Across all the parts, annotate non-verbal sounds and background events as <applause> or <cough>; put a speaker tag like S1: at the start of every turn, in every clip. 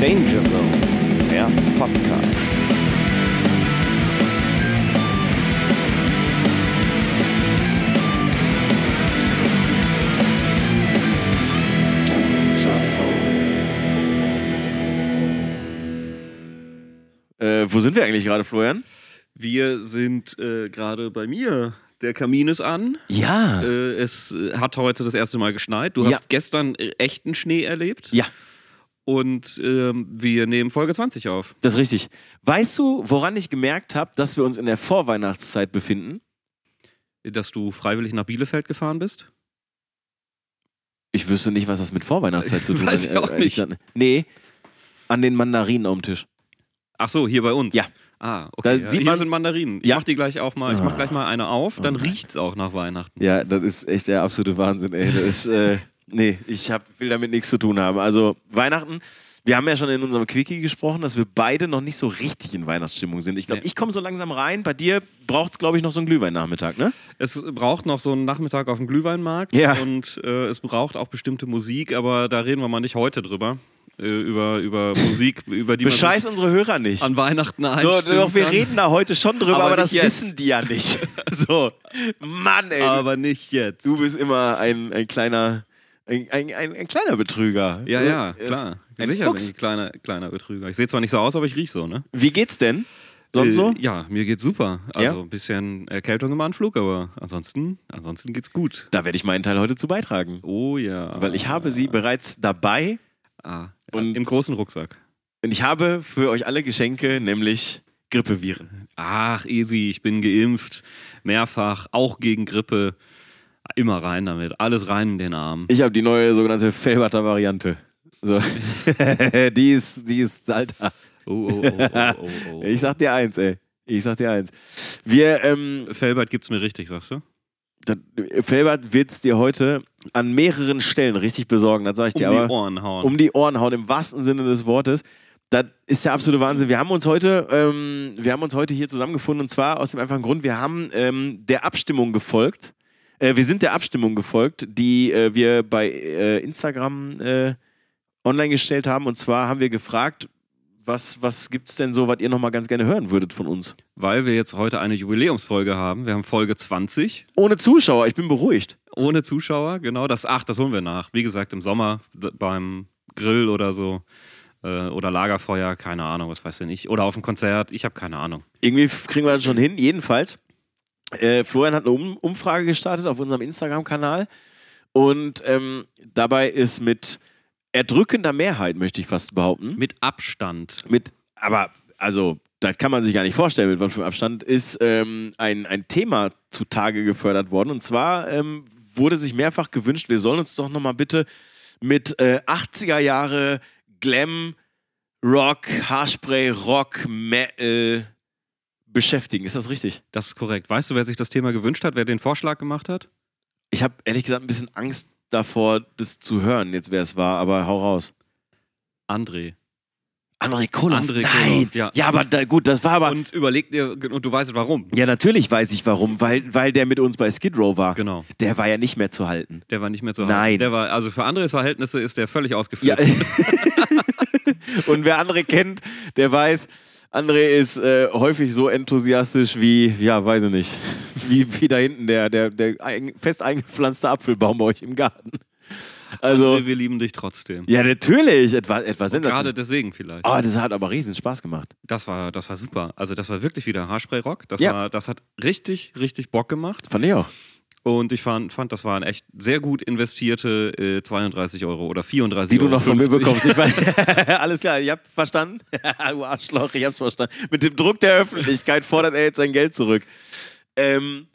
S1: Danger Zone, der Podcast.
S2: Äh, wo sind wir eigentlich gerade, Florian?
S3: Wir sind äh, gerade bei mir. Der Kamin ist an.
S2: Ja.
S3: Äh, es äh, hat heute das erste Mal geschneit. Du
S2: Ja.
S3: hast gestern äh, echten Schnee erlebt.
S2: Ja,
S3: Und ähm, wir nehmen Folge 20 auf.
S2: das ist richtig. Weißt du, woran ich gemerkt habe, dass wir uns in der Vorweihnachtszeit befinden?
S3: Dass du freiwillig nach Bielefeld gefahren bist.
S2: Ich wüsste nicht, was das mit Vorweihnachtszeit <laughs> zu tun
S3: Weiß
S2: hat.
S3: ich auch nicht.
S2: ehrlich gesagt. Nee, an den Mandarinen am Tisch.
S3: Ach so, hier bei uns.
S2: Ja.
S3: Ah, okay.
S2: Da
S3: ja.
S2: sieht
S3: hier
S2: man-
S3: sind Mandarinen. Ich
S2: Ja. Ah.
S3: mach die gleich auch mal. Ich mach gleich mal eine auf, dann riecht's auch nach Weihnachten.
S2: Ja, das ist echt der absolute Wahnsinn, ey. Das ist, äh, <laughs> nee, ich hab, will damit nichts zu tun haben. Also, Weihnachten, wir haben ja schon in unserem Quickie gesprochen, dass wir beide noch nicht so richtig in Weihnachtsstimmung sind. Ich glaube,
S3: Nee.
S2: ich komme so langsam rein. Bei dir braucht es, glaube ich, noch so einen Glühweinnachmittag, ne?
S3: Es braucht noch so einen Nachmittag auf dem Glühweinmarkt
S2: Ja.
S3: und äh, es braucht auch bestimmte Musik, aber da reden wir mal nicht heute drüber. Äh, über,
S2: <laughs>
S3: über Musik, über die man sich
S2: Bescheiß unsere Hörer nicht.
S3: an Weihnachten
S2: So,
S3: einstimmen
S2: doch, wir
S3: kann.
S2: reden da heute schon drüber, aber,
S3: Aber
S2: das
S3: nicht jetzt.
S2: wissen die ja nicht. <laughs> So, Mann, ey.
S3: Aber nicht jetzt.
S2: du bist immer ein, ein kleiner. Ein, ein, ein, ein kleiner Betrüger.
S3: ja, ja,
S2: Es-
S3: klar.
S2: Ein
S3: Sicher bin
S2: Fuchs.
S3: ich kleiner, kleiner Betrüger. Ich sehe zwar nicht so aus, aber ich riech so, ne?
S2: Wie geht's denn? Sonst
S3: Äh,
S2: so?
S3: Ja, mir geht's super.
S2: Ja?
S3: Also ein bisschen Erkältung im Anflug, aber ansonsten, ansonsten geht's gut.
S2: Da werde ich meinen Teil heute zu beitragen.
S3: Oh ja.
S2: Weil ich habe sie bereits dabei
S3: Ah,
S2: Und-
S3: Im großen Rucksack.
S2: und ich habe für euch alle Geschenke, nämlich Grippeviren.
S3: Ach, easy, ich bin geimpft. Mehrfach, auch gegen Grippe. Immer rein damit. Alles rein in den Arm.
S2: Ich habe die neue sogenannte Felberter Variante. <laughs> So. die ist, die ist, Alter.
S3: Oh, oh, oh, oh, oh, oh.
S2: <laughs> Ich sag dir eins, ey. Ich sag dir eins. Wir, ähm,
S3: Felbert gibt's mir richtig, sagst du?
S2: das, Felbert wird's dir heute an mehreren Stellen richtig besorgen, das sag ich
S3: Um
S2: dir. aber
S3: die Ohren hauen.
S2: um die Ohren hauen, im wahrsten Sinne des Wortes. Das ist der absolute Wahnsinn. Wir haben uns heute, ähm, wir haben uns heute hier zusammengefunden und zwar aus dem einfachen Grund, wir haben ähm, der Abstimmung gefolgt. Äh, wir sind der Abstimmung gefolgt, die äh, wir bei äh, Instagram äh, online gestellt haben. Und zwar haben wir gefragt, was, was gibt es denn so, was ihr nochmal ganz gerne hören würdet von uns?
S3: Weil wir jetzt heute eine Jubiläumsfolge haben. Wir haben Folge 20
S2: Ohne Zuschauer, ich bin beruhigt.
S3: ohne Zuschauer. Genau, das, ach, das holen wir nach. Wie gesagt, im Sommer d- beim Grill oder so. äh, Oder Lagerfeuer, keine Ahnung, was weiß denn ich. Oder auf dem Konzert, ich habe keine Ahnung.
S2: Irgendwie f- kriegen wir das schon hin. Jedenfalls, äh, Florian hat eine um Umfrage gestartet auf unserem Instagram-Kanal. Und ähm, dabei ist mit erdrückender Mehrheit, möchte ich fast behaupten,
S3: Mit Abstand.
S2: mit, aber also, das kann man sich gar nicht vorstellen, mit was für einem Abstand, ist ähm, ein, ein Thema zutage gefördert worden. Und zwar ähm, wurde sich mehrfach gewünscht, wir sollen uns doch nochmal bitte mit äh, 80er Jahre Glam, Rock, Haarspray, Rock, Metal beschäftigen. Ist das richtig?
S3: Das ist korrekt. Weißt du, wer sich das Thema gewünscht hat, wer den Vorschlag gemacht hat?
S2: Ich habe ehrlich gesagt ein bisschen Angst davor, das zu hören, jetzt wer es war, aber hau raus.
S3: André.
S2: André Koloff.
S3: André
S2: Nein!
S3: Koloff, ja.
S2: ja, aber da, gut, das war aber.
S3: Und überleg dir, und du weißt warum.
S2: Ja, natürlich weiß ich warum, weil, weil der mit uns bei Skid Row war.
S3: Genau.
S2: Der war ja nicht mehr zu halten.
S3: Der war nicht mehr zu Hause.
S2: Nein.
S3: Der war, also für Andres Verhältnisse ist der völlig
S2: Ja. also-
S3: ausgeflippt.
S2: <laughs> Und wer André kennt, der weiß, André ist äh, häufig so enthusiastisch wie, ja, weiß ich nicht, <laughs> wie, wie da hinten der, der, der eigen, fest eingepflanzte Apfelbaum bei euch im Garten. Also,
S3: Wir lieben dich trotzdem.
S2: ja, natürlich, etwa, etwa
S3: Gerade
S2: sensationell.
S3: deswegen vielleicht.
S2: Oh, das hat aber riesen Spaß gemacht.
S3: Das war, das war super. Also das war wirklich wieder Haarspray-Rock. Das,
S2: Ja.
S3: war, das hat richtig, richtig Bock gemacht.
S2: Fand ich auch.
S3: Und ich fand, fand das waren echt sehr gut investierte äh, 32 Euro oder 34
S2: Die
S3: Euro.
S2: du noch von mir
S3: 50.
S2: bekommst. Ich weiß, <laughs> alles klar, ich hab verstanden. <laughs> du Arschloch, ich hab's verstanden. Mit dem Druck der Öffentlichkeit fordert er jetzt sein Geld zurück. Ähm,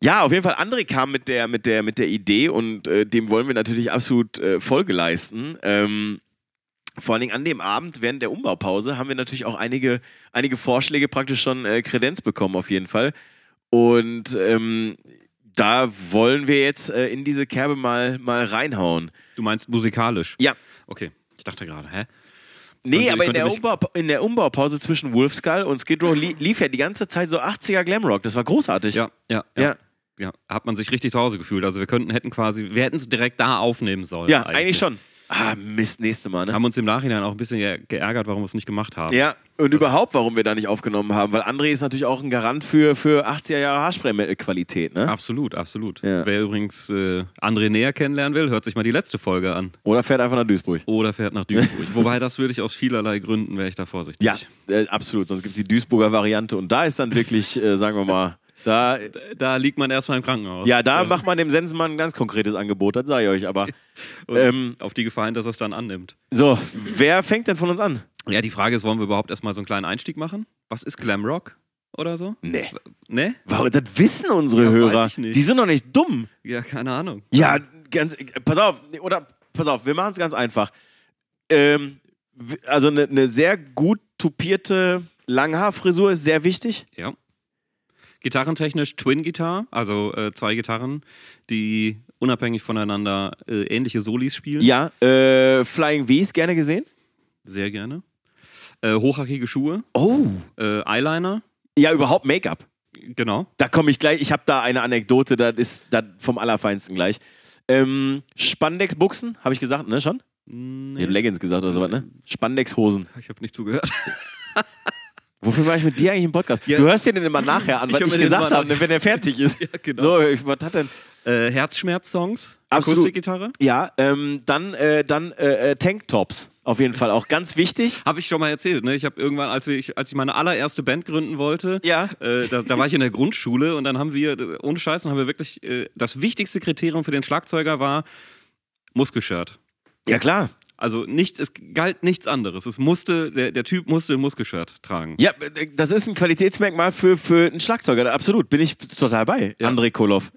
S2: ja, auf jeden Fall, André kam mit der, mit der, mit der Idee und äh, dem wollen wir natürlich absolut äh, Folge leisten. Ähm, vor allen Dingen an dem Abend während der Umbaupause haben wir natürlich auch einige, einige Vorschläge praktisch schon äh, Kredenz bekommen, auf jeden Fall. Und ähm, da wollen wir jetzt äh, in diese Kerbe mal, mal reinhauen.
S3: Du meinst musikalisch?
S2: Ja,
S3: Okay. Ich dachte gerade, hä?
S2: Nee,
S3: Konnte-
S2: aber in
S3: konnte
S2: der,
S3: mich-
S2: Umbau, in der Umbaupause zwischen Wolfskull und Skid Row li lief ja die ganze Zeit so 80er Glamrock. Das war großartig.
S3: Ja, ja, ja.
S2: Ja.
S3: ja. hat man sich richtig zu Hause gefühlt. Also wir könnten, hätten quasi, wir hätten es direkt da aufnehmen sollen.
S2: Ja, eigentlich schon. Ah, Mist, nächste Mal, ne?
S3: Haben uns im Nachhinein auch ein bisschen ge- geärgert, warum wir es nicht gemacht haben.
S2: Ja, und überhaupt, warum wir da nicht aufgenommen haben, weil André ist natürlich auch ein Garant für, für 80er Jahre Haarspray-Qualität, ne?
S3: Absolut, absolut.
S2: Ja.
S3: Wer übrigens äh, André näher kennenlernen will, hört sich mal die letzte Folge an.
S2: Oder fährt einfach nach Duisburg.
S3: Oder fährt nach
S2: <laughs>
S3: Duisburg. Wobei, das würde ich aus vielerlei Gründen, wäre ich da vorsichtig.
S2: Ja, äh, absolut. Sonst gibt es die Duisburger Variante und da ist dann wirklich, äh, sagen wir mal, da,
S3: Da liegt man erstmal im Krankenhaus. Ähm,
S2: ja, da macht man dem Sensenmann ein ganz konkretes Angebot, das sage ich euch. Aber
S3: <laughs> Und
S2: ähm,
S3: auf die Gefahr hin, dass er es dann annimmt.
S2: so, wer fängt denn von uns an?
S3: Ja, die Frage ist, wollen wir überhaupt erstmal so einen kleinen Einstieg machen? Was ist Glamrock oder so?
S2: Nee.
S3: Ne?
S2: Warum, das wissen unsere
S3: Ja,
S2: Hörer.
S3: weiß ich nicht.
S2: Die sind doch nicht dumm.
S3: Ja, keine Ahnung.
S2: Ja, ganz, pass auf, oder pass auf, wir machen es ganz einfach. Ähm, w- also eine ne sehr gut tupierte Langhaarfrisur ist sehr wichtig.
S3: Ja. Gitarrentechnisch Twin Guitar, also äh, zwei Gitarren, die unabhängig voneinander äh, ähnliche Solis spielen.
S2: Ja, äh, Flying Vs gerne gesehen.
S3: Sehr gerne. Äh, hochhackige Schuhe,
S2: Oh.
S3: äh, Eyeliner,
S2: Ja, überhaupt Make-up.
S3: genau.
S2: Da komme ich gleich, ich habe da eine Anekdote, das ist das vom Allerfeinsten gleich. Ähm, Spandex-Buchsen, habe ich gesagt, ne, schon? Ich habe Leggings gesagt oder sowas, ne? Spandex-Hosen.
S3: Ich habe nicht zugehört.
S2: Wofür war ich mit dir eigentlich im Podcast?
S3: Ja.
S2: Du hörst dir den immer nachher an,
S3: Ich
S2: was
S3: hör
S2: ich,
S3: mir den
S2: gesagt
S3: immer
S2: habe, ne, wenn er fertig <laughs> ist.
S3: Ja, genau.
S2: So, ich- was hat denn...
S3: Äh, Herzschmerz-Songs,
S2: Absolut.
S3: Akustikgitarre.
S2: Ja, ähm, dann, äh, dann äh, äh, Tanktops. Auf jeden Fall auch ganz wichtig.
S3: Habe ich schon mal erzählt, ne? Ich habe irgendwann, als ich, als ich meine allererste Band gründen wollte,
S2: Ja.
S3: äh, da, da war ich in der Grundschule und dann haben wir, äh, ohne Scheiß, dann haben wir wirklich, äh, das wichtigste Kriterium für den Schlagzeuger war Muskelshirt.
S2: Ja, klar.
S3: Also nichts, es galt nichts anderes. Es musste, der, der Typ musste ein Muskelshirt tragen.
S2: Ja, äh, das ist ein Qualitätsmerkmal für, für einen Schlagzeuger. Absolut, bin ich total bei. André Koloff.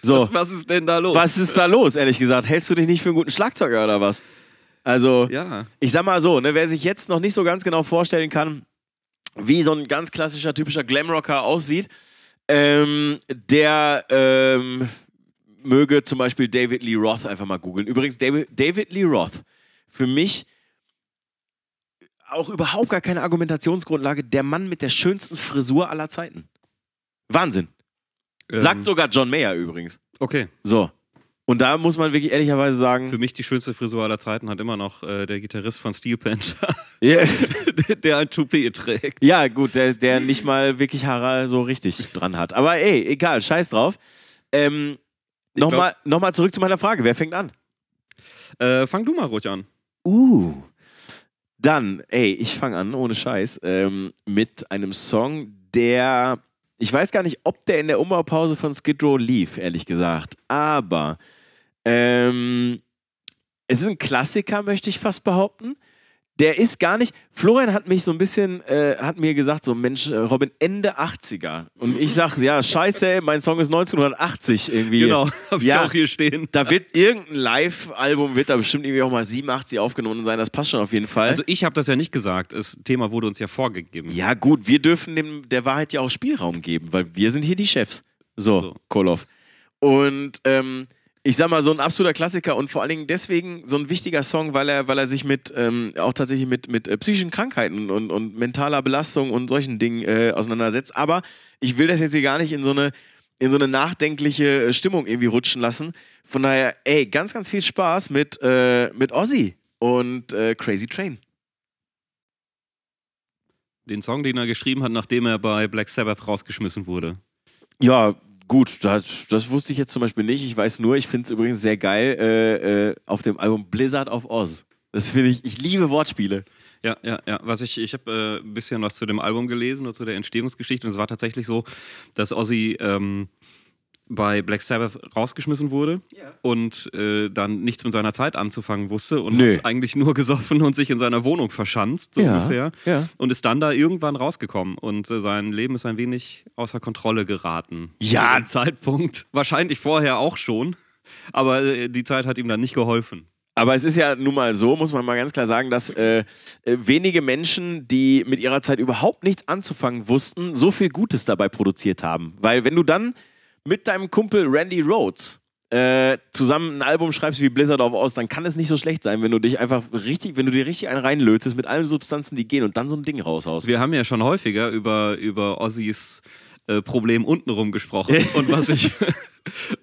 S2: So,
S3: Was, was ist denn da los?
S2: was ist da los, ehrlich gesagt? Hältst du dich nicht für einen guten Schlagzeuger oder was? Also,
S3: Ja.
S2: ich sag mal so, ne, wer sich jetzt noch nicht so ganz genau vorstellen kann, wie so ein ganz klassischer, typischer Glamrocker aussieht, ähm, der ähm, möge zum Beispiel David Lee Roth einfach mal googeln. Übrigens, David, David Lee Roth, für mich auch überhaupt gar keine Argumentationsgrundlage, der Mann mit der schönsten Frisur aller Zeiten. Wahnsinn.
S3: Ähm,
S2: Sagt Hm. sogar John Mayer übrigens.
S3: Okay.
S2: So. Und da muss man wirklich ehrlicherweise sagen,
S3: Für mich die schönste Frisur aller Zeiten hat immer noch äh, der Gitarrist von Steel Panther,
S2: <laughs>
S3: <laughs>
S2: Ja.
S3: der ein Toupet trägt.
S2: Ja, gut, der, der nicht mal wirklich Haare so richtig dran hat. Aber ey, egal, scheiß drauf. Ähm, Nochmal noch mal zurück zu meiner Frage. Wer fängt an?
S3: Äh, fang du mal ruhig an.
S2: Uh. Dann, ey, ich fange an, ohne Scheiß, ähm, mit einem Song, der. Ich weiß gar nicht, ob der in der Umbaupause von Skid Row lief, ehrlich gesagt. Aber ähm, es ist ein Klassiker, möchte ich fast behaupten. Der ist gar nicht. Florian hat mich so ein bisschen, äh, hat mir gesagt, so Mensch, äh, Robin, Ende 80er. Und ich sag, ja, scheiße, ey, mein Song ist 1980 irgendwie.
S3: Genau, <laughs> habe ich
S2: Ja.
S3: auch hier stehen.
S2: Da wird irgendein Live-Album, wird da bestimmt irgendwie auch mal 87 aufgenommen sein, das passt schon auf jeden Fall.
S3: Also ich habe das ja nicht gesagt. Das Thema wurde uns ja vorgegeben.
S2: Hm. ja gut, wir dürfen dem, der Wahrheit ja auch Spielraum geben, weil wir sind hier die Chefs. So,
S3: So.
S2: Koloff. Und ähm, ich sag mal, so ein absoluter Klassiker und vor allen Dingen deswegen so ein wichtiger Song, weil er, weil er sich mit ähm, auch tatsächlich mit, mit äh, psychischen Krankheiten und, und mentaler Belastung und solchen Dingen äh, auseinandersetzt. Aber ich will das jetzt hier gar nicht in so eine, in so eine nachdenkliche äh, Stimmung irgendwie rutschen lassen. Von daher, ey, ganz, ganz viel Spaß mit, äh, mit Ozzy und äh, Crazy Train.
S3: Den Song, den er geschrieben hat, nachdem er bei Black Sabbath rausgeschmissen wurde.
S2: Ja, gut, das, das wusste ich jetzt zum Beispiel nicht. Ich weiß nur, ich finde es übrigens sehr geil äh, äh, auf dem Album Blizzard of Oz. Das finde ich, ich liebe Wortspiele.
S3: Ja, ja, ja. Was ich, ich habe äh, ein bisschen was zu dem Album gelesen und zu der Entstehungsgeschichte. Und es war tatsächlich so, dass Ozzy ähm, bei Black Sabbath rausgeschmissen wurde und äh, dann nichts mit seiner Zeit anzufangen wusste und
S2: Nö.
S3: hat eigentlich nur <laughs> gesoffen und sich in seiner Wohnung verschanzt, so
S2: Ja,
S3: ungefähr.
S2: ja.
S3: Und ist dann da irgendwann rausgekommen und äh, sein Leben ist ein wenig außer Kontrolle geraten.
S2: Ja.
S3: Zu dem Zeitpunkt. Wahrscheinlich vorher auch schon. Aber äh, die Zeit hat ihm dann nicht geholfen.
S2: Aber es ist ja nun mal so, muss man mal ganz klar sagen, dass äh, äh, wenige Menschen, die mit ihrer Zeit überhaupt nichts anzufangen wussten, so viel Gutes dabei produziert haben. Weil wenn du dann mit deinem Kumpel Randy Rhodes äh, zusammen ein Album schreibst wie Blizzard of Oz, dann kann es nicht so schlecht sein, wenn du dich einfach richtig, wenn du dir richtig einen reinlötest mit allen Substanzen, die gehen und dann so ein Ding raushaust.
S3: Wir haben ja schon häufiger über, über Ossis äh, Problem untenrum gesprochen und was ich, <laughs>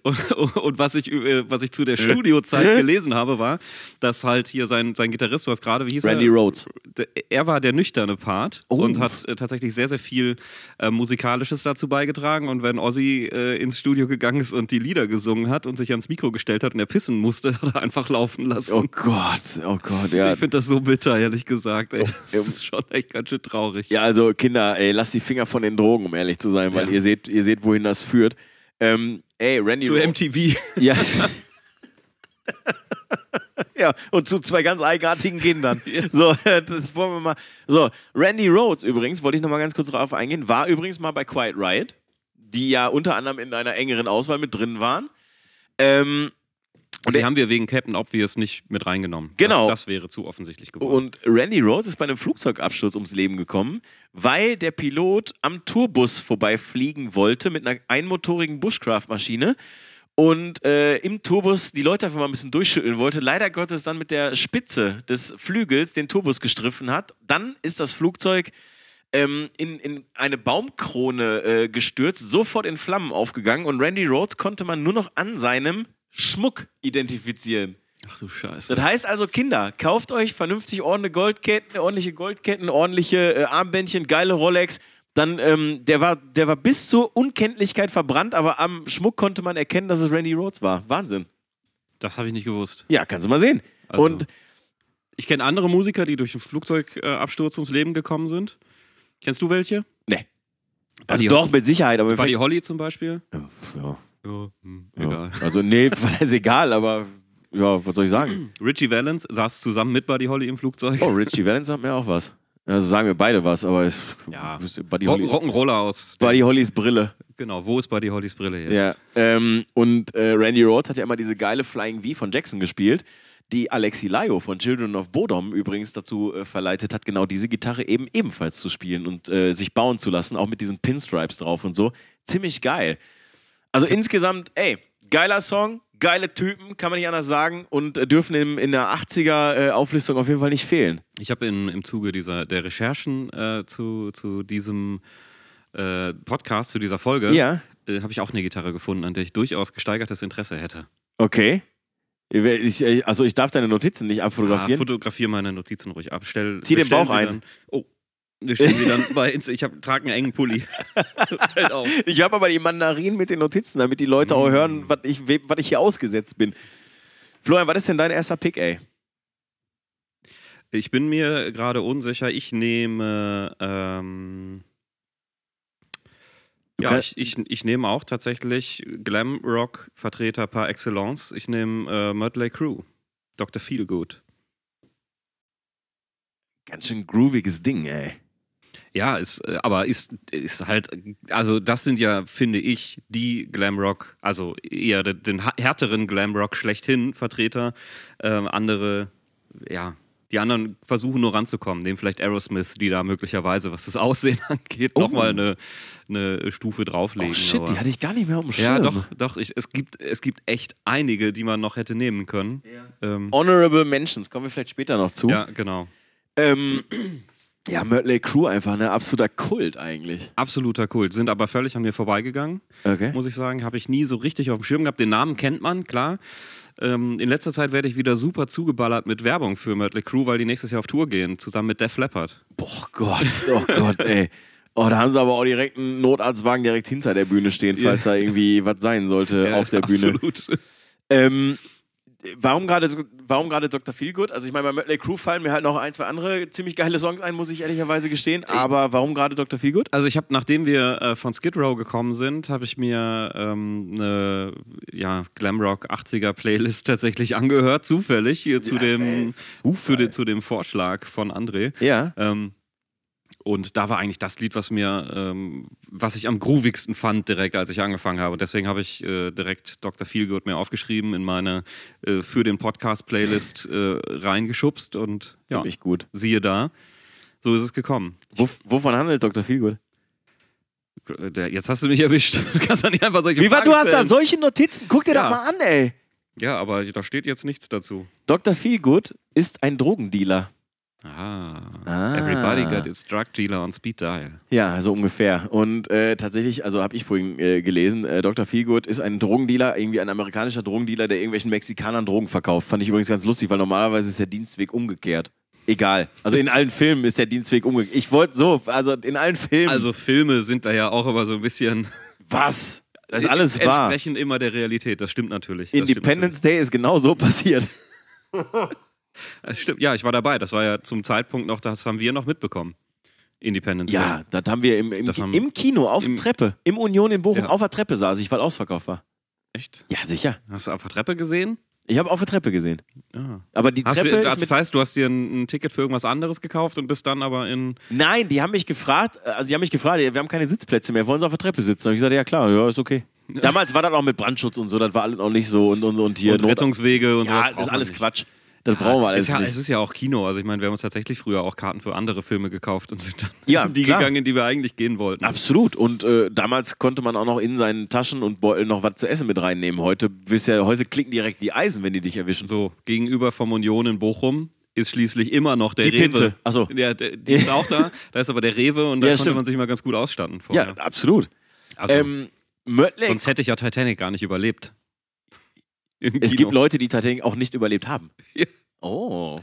S3: Und, und was, ich, äh, was ich zu der Studiozeit gelesen habe, war, dass halt hier sein, sein Gitarrist, du hast gerade, wie hieß
S2: Randy
S3: er?
S2: Rhodes.
S3: Der- Er war der nüchterne Part
S2: Oh.
S3: und hat äh, tatsächlich sehr, sehr viel äh, Musikalisches dazu beigetragen. Und wenn Ozzy äh, ins Studio gegangen ist und die Lieder gesungen hat und sich ans Mikro gestellt hat und er pissen musste, <laughs> hat er einfach laufen lassen.
S2: Oh Gott, oh Gott, Oh, ja.
S3: Ich finde das so bitter, ehrlich gesagt. Ey. Das ist schon echt ganz schön traurig.
S2: Ja, also Kinder, ey, lasst die Finger von den Drogen, um ehrlich zu sein, weil ihr seht, ihr seht, wohin das führt. Ähm, ey, Randy
S3: Zu
S2: Rhoads-
S3: MTV.
S2: Ja. <laughs> ja, und zu zwei ganz
S3: <laughs>
S2: eigenartigen Kindern. So, das wollen wir mal. So, Randy Rhodes übrigens, wollte ich nochmal ganz kurz drauf eingehen, war übrigens mal bei Quiet Riot, die ja unter anderem in einer engeren Auswahl mit drin waren. Ähm,
S3: Und die haben wir wegen Captain Obvious nicht mit reingenommen.
S2: Genau.
S3: Das, das wäre zu offensichtlich geworden.
S2: und Randy Rhodes ist bei einem Flugzeugabsturz ums Leben gekommen, weil der Pilot am Tourbus vorbeifliegen wollte mit einer einmotorigen Bushcraft-Maschine und äh, im Turbus die Leute einfach mal ein bisschen durchschütteln wollte. Leider Gottes dann mit der Spitze des Flügels den Turbus gestriffen hat. Dann ist das Flugzeug ähm, in, in eine Baumkrone äh, gestürzt, sofort in Flammen aufgegangen und Randy Rhodes konnte man nur noch an seinem Schmuck identifizieren.
S3: Ach du Scheiße.
S2: Das heißt also, Kinder, kauft euch vernünftig ordentliche Goldketten, ordentliche Goldketten, ordentliche äh, Armbändchen, geile Rolex. Dann, ähm, der, war, der war bis zur Unkenntlichkeit verbrannt, aber am Schmuck konnte man erkennen, dass es Randy Rhodes war. Wahnsinn.
S3: Das habe ich nicht gewusst.
S2: Ja, kannst du mal sehen.
S3: Also-
S2: Und
S3: Ich kenne andere Musiker, die durch einen Flugzeugabsturz ums Leben gekommen sind. Kennst du welche?
S2: ne. Also
S3: Buddy
S2: doch, mit Sicherheit, aber mir
S3: Buddy
S2: fällt-
S3: Holly zum Beispiel.
S2: ja,
S3: Ja, hm,
S2: ja.
S3: egal.
S2: Also nee, <laughs> war das egal, aber ja, was soll ich
S3: <clears throat>
S2: sagen?
S3: Richie Valens saß zusammen mit Buddy Holly im Flugzeug.
S2: Oh, Richie Valens sagt mir auch was. Also sagen wir beide was, aber ich
S3: Ja.
S2: wüsste, Buddy,
S3: Rock,
S2: Holly,
S3: Rock'n'Roller aus.
S2: Buddy Hollys Brille.
S3: Genau, wo ist Buddy Hollys Brille jetzt?
S2: Ja, ähm, und äh, Randy Rhoads hat ja immer diese geile Flying V von Jackson gespielt, die Alexi Laio von Children of Bodom übrigens dazu äh, verleitet hat, genau diese Gitarre eben ebenfalls zu spielen und äh, sich bauen zu lassen, auch mit diesen Pinstripes drauf und so. Ziemlich geil. Also insgesamt, ey, geiler Song, geile Typen, kann man nicht anders sagen und äh, dürfen im, in der 80er-Auflistung auf jeden Fall nicht fehlen.
S3: Ich habe in- im Zuge dieser, der Recherchen äh, zu, zu diesem äh, Podcast, zu dieser Folge,
S2: Ja.
S3: äh, habe ich auch eine Gitarre gefunden, an der ich durchaus gesteigertes Interesse hätte.
S2: Okay. Ich, ich- also ich darf deine Notizen nicht
S3: Ah,
S2: abfotografieren.
S3: fotografiere meine Notizen ruhig ab. Stell,
S2: Zieh den
S3: stell
S2: Bauch
S3: sie
S2: ein.
S3: Dann, oh, wir stellen sie
S2: <laughs>
S3: dann bei Insta. Ich hab, trage einen engen Pulli. Fällt auf.
S2: Ich habe aber die Mandarinen mit den Notizen, damit die Leute auch hören, was ich, we- was ich hier ausgesetzt bin. Florian, was ist denn dein erster Pick, ey?
S3: Ich bin mir gerade unsicher. Ich nehme. Ähm, ja,
S2: kannst-
S3: ich, ich, ich nehme auch tatsächlich Glamrock-Vertreter par excellence. Ich nehme äh, Mötley Crew. Dr. Feelgood.
S2: Ganz schön grooviges Ding, ey.
S3: Ja, ist, äh, aber ist, ist halt, also das sind ja, finde ich, die Glamrock, also eher de- den ha- härteren Glamrock schlechthin Vertreter. Ähm, andere, ja, die anderen versuchen nur ranzukommen, nehmen vielleicht Aerosmith, die da möglicherweise, was das Aussehen <laughs> angeht, nochmal eine, eine Stufe drauflegen.
S2: Oh shit,
S3: aber-
S2: die hatte ich gar nicht mehr auf dem Schirm.
S3: ja, doch, doch. Ich, es, gibt, es gibt echt einige, die man noch hätte nehmen können. Ja, ähm,
S2: Honorable Mentions, kommen wir vielleicht später noch zu.
S3: ja genau.
S2: ähm, ja Mötley Crew einfach, ne? Absoluter Kult eigentlich.
S3: Absoluter Kult. Sind aber völlig an mir vorbeigegangen.
S2: Okay.
S3: muss ich sagen, habe ich nie so richtig auf dem Schirm gehabt. Den Namen kennt man, klar. Ähm, in letzter Zeit werde ich wieder super zugeballert mit Werbung für Mötley Crew, weil die nächstes Jahr auf Tour gehen, zusammen mit Def Leppard.
S2: Boah Gott, oh Gott, ey. Oh, da haben sie aber auch direkt einen Notarztwagen direkt hinter der Bühne stehen, falls da irgendwie was sein sollte auf der Bühne.
S3: Absolut. <laughs>
S2: Ähm, warum gerade warum gerade Dr. Feelgood? Also ich meine, bei Mötley Crew fallen mir halt noch ein, zwei andere ziemlich geile Songs ein, muss ich ehrlicherweise gestehen. Aber warum gerade Dr. Feelgood?
S3: Also ich habe, nachdem wir äh, von Skid Row gekommen sind, habe ich mir ähm, eine ja, Glamrock 80er Playlist tatsächlich angehört, zufällig hier zu, dem, zu, de, zu dem Vorschlag von André.
S2: Ja.
S3: Ähm, und da war eigentlich das Lied, was mir, ähm, was ich am groovigsten fand, direkt, als ich angefangen habe. Und deswegen habe ich äh, direkt Dr. Feelgood mir aufgeschrieben, in meine äh, für den Podcast-Playlist äh, reingeschubst und ja,
S2: Ziemlich gut.
S3: siehe da, so ist es gekommen.
S2: Wo, wovon handelt Dr. Feelgood?
S3: Äh, Der, jetzt hast du mich erwischt. <laughs> Du kannst doch nicht einfach solche
S2: Wie war,
S3: Fragen
S2: du hast da
S3: stellen.
S2: solche Notizen? Guck dir
S3: Ja.
S2: doch mal an, ey.
S3: Ja, aber da steht jetzt nichts dazu.
S2: Dr. Feelgood ist ein Drogendealer.
S3: Ah, Everybody got its drug dealer on speed dial.
S2: Ja, so ungefähr. Und äh, tatsächlich, also habe ich vorhin äh, gelesen, äh, Dr. Feelgood ist ein Drogendealer, irgendwie ein amerikanischer Drogendealer, der irgendwelchen Mexikanern Drogen verkauft. Fand ich übrigens ganz lustig, weil normalerweise ist der Dienstweg umgekehrt. Egal. Also in allen Filmen ist der Dienstweg umgekehrt. Ich wollte so, also in allen Filmen.
S3: Also Filme sind da ja auch immer so ein bisschen
S2: was? Das ist alles wahr.
S3: äh, entsprechend immer der Realität. Das stimmt natürlich. Das
S2: Independence Day ist genau so passiert.
S3: Stimmt, natürlich. Das stimmt. Ja, ich war dabei. Das war ja zum Zeitpunkt noch, das haben wir noch mitbekommen. Independence Day.
S2: Ja, das haben wir im, im,
S3: Das haben-
S2: im Kino auf
S3: im-
S2: der Treppe, im Union in Bochum,
S3: Ja.
S2: auf der Treppe saß ich, weil ausverkauft war.
S3: Echt?
S2: Ja, sicher.
S3: Hast du auf der Treppe gesehen?
S2: Ich habe auf der Treppe gesehen.
S3: Ja.
S2: Aber die
S3: Hast
S2: Treppe
S3: du,
S2: ist mit
S3: das heißt, du hast dir ein, ein Ticket für irgendwas anderes gekauft und bist dann aber in.
S2: Nein, die haben mich gefragt, also die haben mich gefragt, wir haben keine Sitzplätze mehr, wollen sie auf der Treppe sitzen? Und ich gesagt, ja klar, ja, ist okay. Damals war das auch mit Brandschutz und so, das war alles noch nicht so und, und, und hier
S3: Und
S2: Not-
S3: Rettungswege und sowas
S2: Ja, das
S3: braucht
S2: ist
S3: man
S2: alles
S3: nicht.
S2: Quatsch. Das brauchen wir alles
S3: ist ja,
S2: nicht.
S3: Es ist ja auch Kino. Also ich meine, wir haben uns tatsächlich früher auch Karten für andere Filme gekauft und sind dann
S2: <laughs> Ja,
S3: in die
S2: klar.
S3: gegangen, in die wir eigentlich gehen wollten.
S2: Absolut. Und äh, damals konnte man auch noch in seinen Taschen und Beutel noch was zu essen mit reinnehmen. Heute wisst ihr, Häuser klicken direkt die Eisen, wenn die dich erwischen.
S3: So, gegenüber vom Union in Bochum ist schließlich immer noch der
S2: Die
S3: Rewe.
S2: Pinte. Ach so.
S3: <laughs> Ja, der, die ist auch da. Da ist aber der Rewe und da
S2: Ja,
S3: konnte
S2: stimmt.
S3: man sich mal ganz gut ausstatten
S2: ja,
S3: vorher.
S2: absolut.
S3: also,
S2: Ähm, Mötley,
S3: sonst hätte ich ja Titanic gar nicht überlebt. Im
S2: es
S3: Kino.
S2: gibt Leute, die tatsächlich auch nicht überlebt haben.
S3: Ja.
S2: Oh.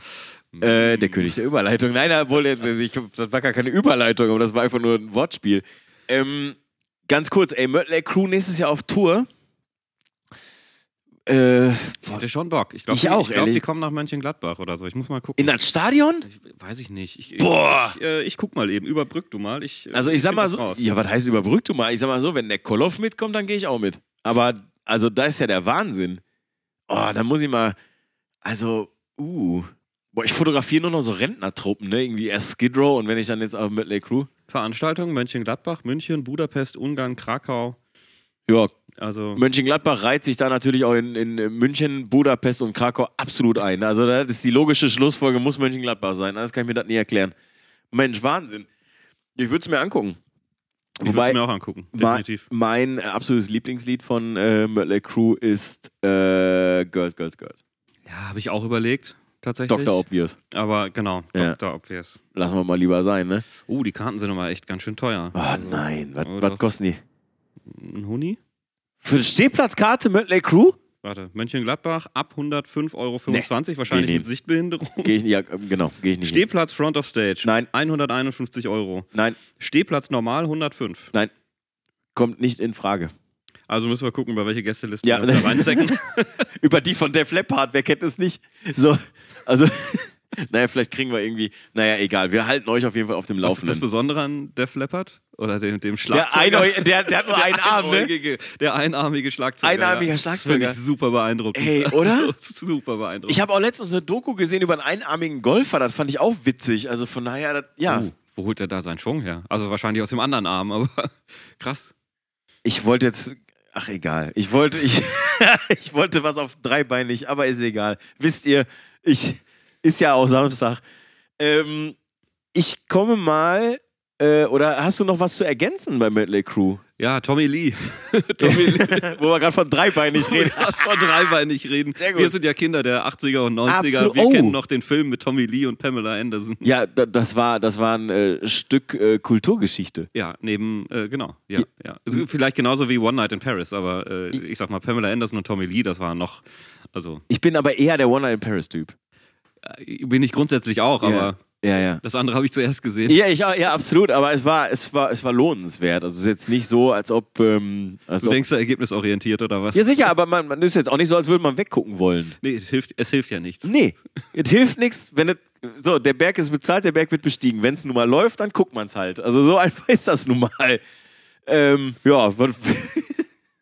S2: Äh, der König der Überleitung. Nein, obwohl, äh, ich, das war gar keine Überleitung, aber das war einfach nur ein Wortspiel. Ähm, ganz kurz, ey, Mötley Crew nächstes Jahr auf Tour. Äh,
S3: Ich hätte schon Bock. Ich glaube,
S2: Ich auch,
S3: ich glaub, die
S2: ehrlich.
S3: kommen nach Mönchengladbach oder so. Ich muss mal gucken.
S2: in das Stadion?
S3: Ich- Weiß ich nicht. Ich,
S2: Boah!
S3: Ich, ich, äh, ich guck mal eben. Überbrück du mal. Ich, äh,
S2: Also ich sag
S3: find
S2: mal
S3: das
S2: so,
S3: raus.
S2: ja, was heißt überbrückt du mal? Ich sag mal so, wenn der Koloff mitkommt, dann gehe ich auch mit. Aber, also da ist ja der Wahnsinn. Oh, da muss ich mal, also, uh. Boah, ich fotografiere nur noch so Rentnertruppen, ne? Irgendwie erst Skid Row und wenn ich dann jetzt auf Mötley Crew.
S3: Veranstaltungen: Mönchengladbach, München, Budapest, Ungarn, Krakau.
S2: Ja,
S3: Also
S2: Mönchengladbach reiht sich da natürlich auch in, in München, Budapest und Krakau absolut ein. Also das ist die logische Schlussfolge, muss Mönchengladbach sein. Anders kann ich mir das nicht erklären. Mensch, Wahnsinn. Ich würde es mir angucken.
S3: ich würde es mir auch angucken.
S2: mein,
S3: Definitiv.
S2: mein absolutes Lieblingslied von äh, Mötley Crew ist äh, Girls, Girls, Girls.
S3: Ja, habe ich auch überlegt. Tatsächlich.
S2: Dr. Obvious.
S3: Aber genau,
S2: Ja.
S3: Dr. Obvious.
S2: Lassen wir mal lieber sein, ne?
S3: Oh, die Karten sind immer echt ganz schön teuer.
S2: Oh nein, was,
S3: Oder-
S2: was kosten die?
S3: Ein Huni?
S2: Für die Stehplatzkarte Mötley Crew?
S3: Warte, Mönchengladbach ab 105,25 Euro,
S2: Nee,
S3: wahrscheinlich
S2: nee.
S3: mit Sichtbehinderung.
S2: Gehe ich nicht, ja, genau, gehe ich nicht. hin.
S3: Stehplatz Front of Stage.
S2: Nein.
S3: 151 Euro.
S2: Nein,
S3: Stehplatz normal 105.
S2: kommt nicht in Frage.
S3: Also müssen wir gucken, bei welche Gästeliste
S2: Ja.
S3: wir uns da
S2: <laughs>
S3: reinstecken.
S2: Über die von Def Leppard, wer kennt es nicht? So, also, <laughs> naja, vielleicht kriegen wir irgendwie, naja, egal, wir halten euch auf jeden Fall auf dem
S3: Was ist das
S2: Laufenden.
S3: Besondere an Def Leppard? Oder dem, dem
S2: Der,
S3: Schlagzeuger?
S2: Einäu der, der
S3: <laughs>
S2: hat nur einen Arm, ne?
S3: Einäugige- Der einarmige Schlagzeuger.
S2: Einarmiger
S3: ja.
S2: Schlagzeuger.
S3: Das finde ich super beeindruckend.
S2: Ey, oder?
S3: <laughs> Also, super beeindruckend.
S2: Ich habe auch letztens eine Doku gesehen über einen einarmigen Golfer, das fand ich auch witzig. Also von daher, das, ja.
S3: Uh, wo holt er da seinen Schwung her? Also wahrscheinlich aus dem anderen Arm, aber <laughs> krass.
S2: Ich wollte jetzt, ach egal, ich wollte, ich, <laughs> ich wollte was auf dreibeinig, aber ist egal. Wisst ihr, ich, ist ja auch Samstag. Ähm, ich komme mal, äh, oder hast du noch was zu ergänzen bei Medley Crew?
S3: Ja, Tommy Lee. Tommy Lee.
S2: <laughs> Wo wir gerade von dreibeinig reden.
S3: Von dreibeinig reden.
S2: Sehr gut.
S3: Wir sind ja Kinder der 80er und 90er.
S2: Absolut.
S3: Wir
S2: Oh.
S3: kennen noch den Film mit Tommy Lee und Pamela Anderson.
S2: <laughs> Ja, da- das war, das war ein äh, Stück äh, Kulturgeschichte.
S3: Ja, neben, äh, genau. Ja, ja. Also vielleicht genauso wie One Night in Paris, aber äh, ich sag mal, Pamela Anderson und Tommy Lee, das waren noch, also
S2: Ich bin aber eher der One Night in Paris Typ.
S3: äh, bin ich grundsätzlich auch, aber
S2: ja, ja.
S3: das andere habe ich zuerst gesehen.
S2: Ja, ich, auch- ja, absolut, aber es war, es war, es war lohnenswert. Also es ist jetzt nicht so, als ob. Ähm, als
S3: Du
S2: ob
S3: denkst da ergebnisorientiert oder was?
S2: ja, sicher, aber man, man ist jetzt auch nicht so, als würde man weggucken wollen.
S3: Nee, es hilft, es hilft ja nichts.
S2: Nee, <laughs> es hilft nichts, wenn es. So, der Berg ist bezahlt, der Berg wird bestiegen. Wenn es nun mal läuft, dann guckt man es halt. Also so <laughs> einfach ist das nun mal. Ähm, ja, was- <laughs>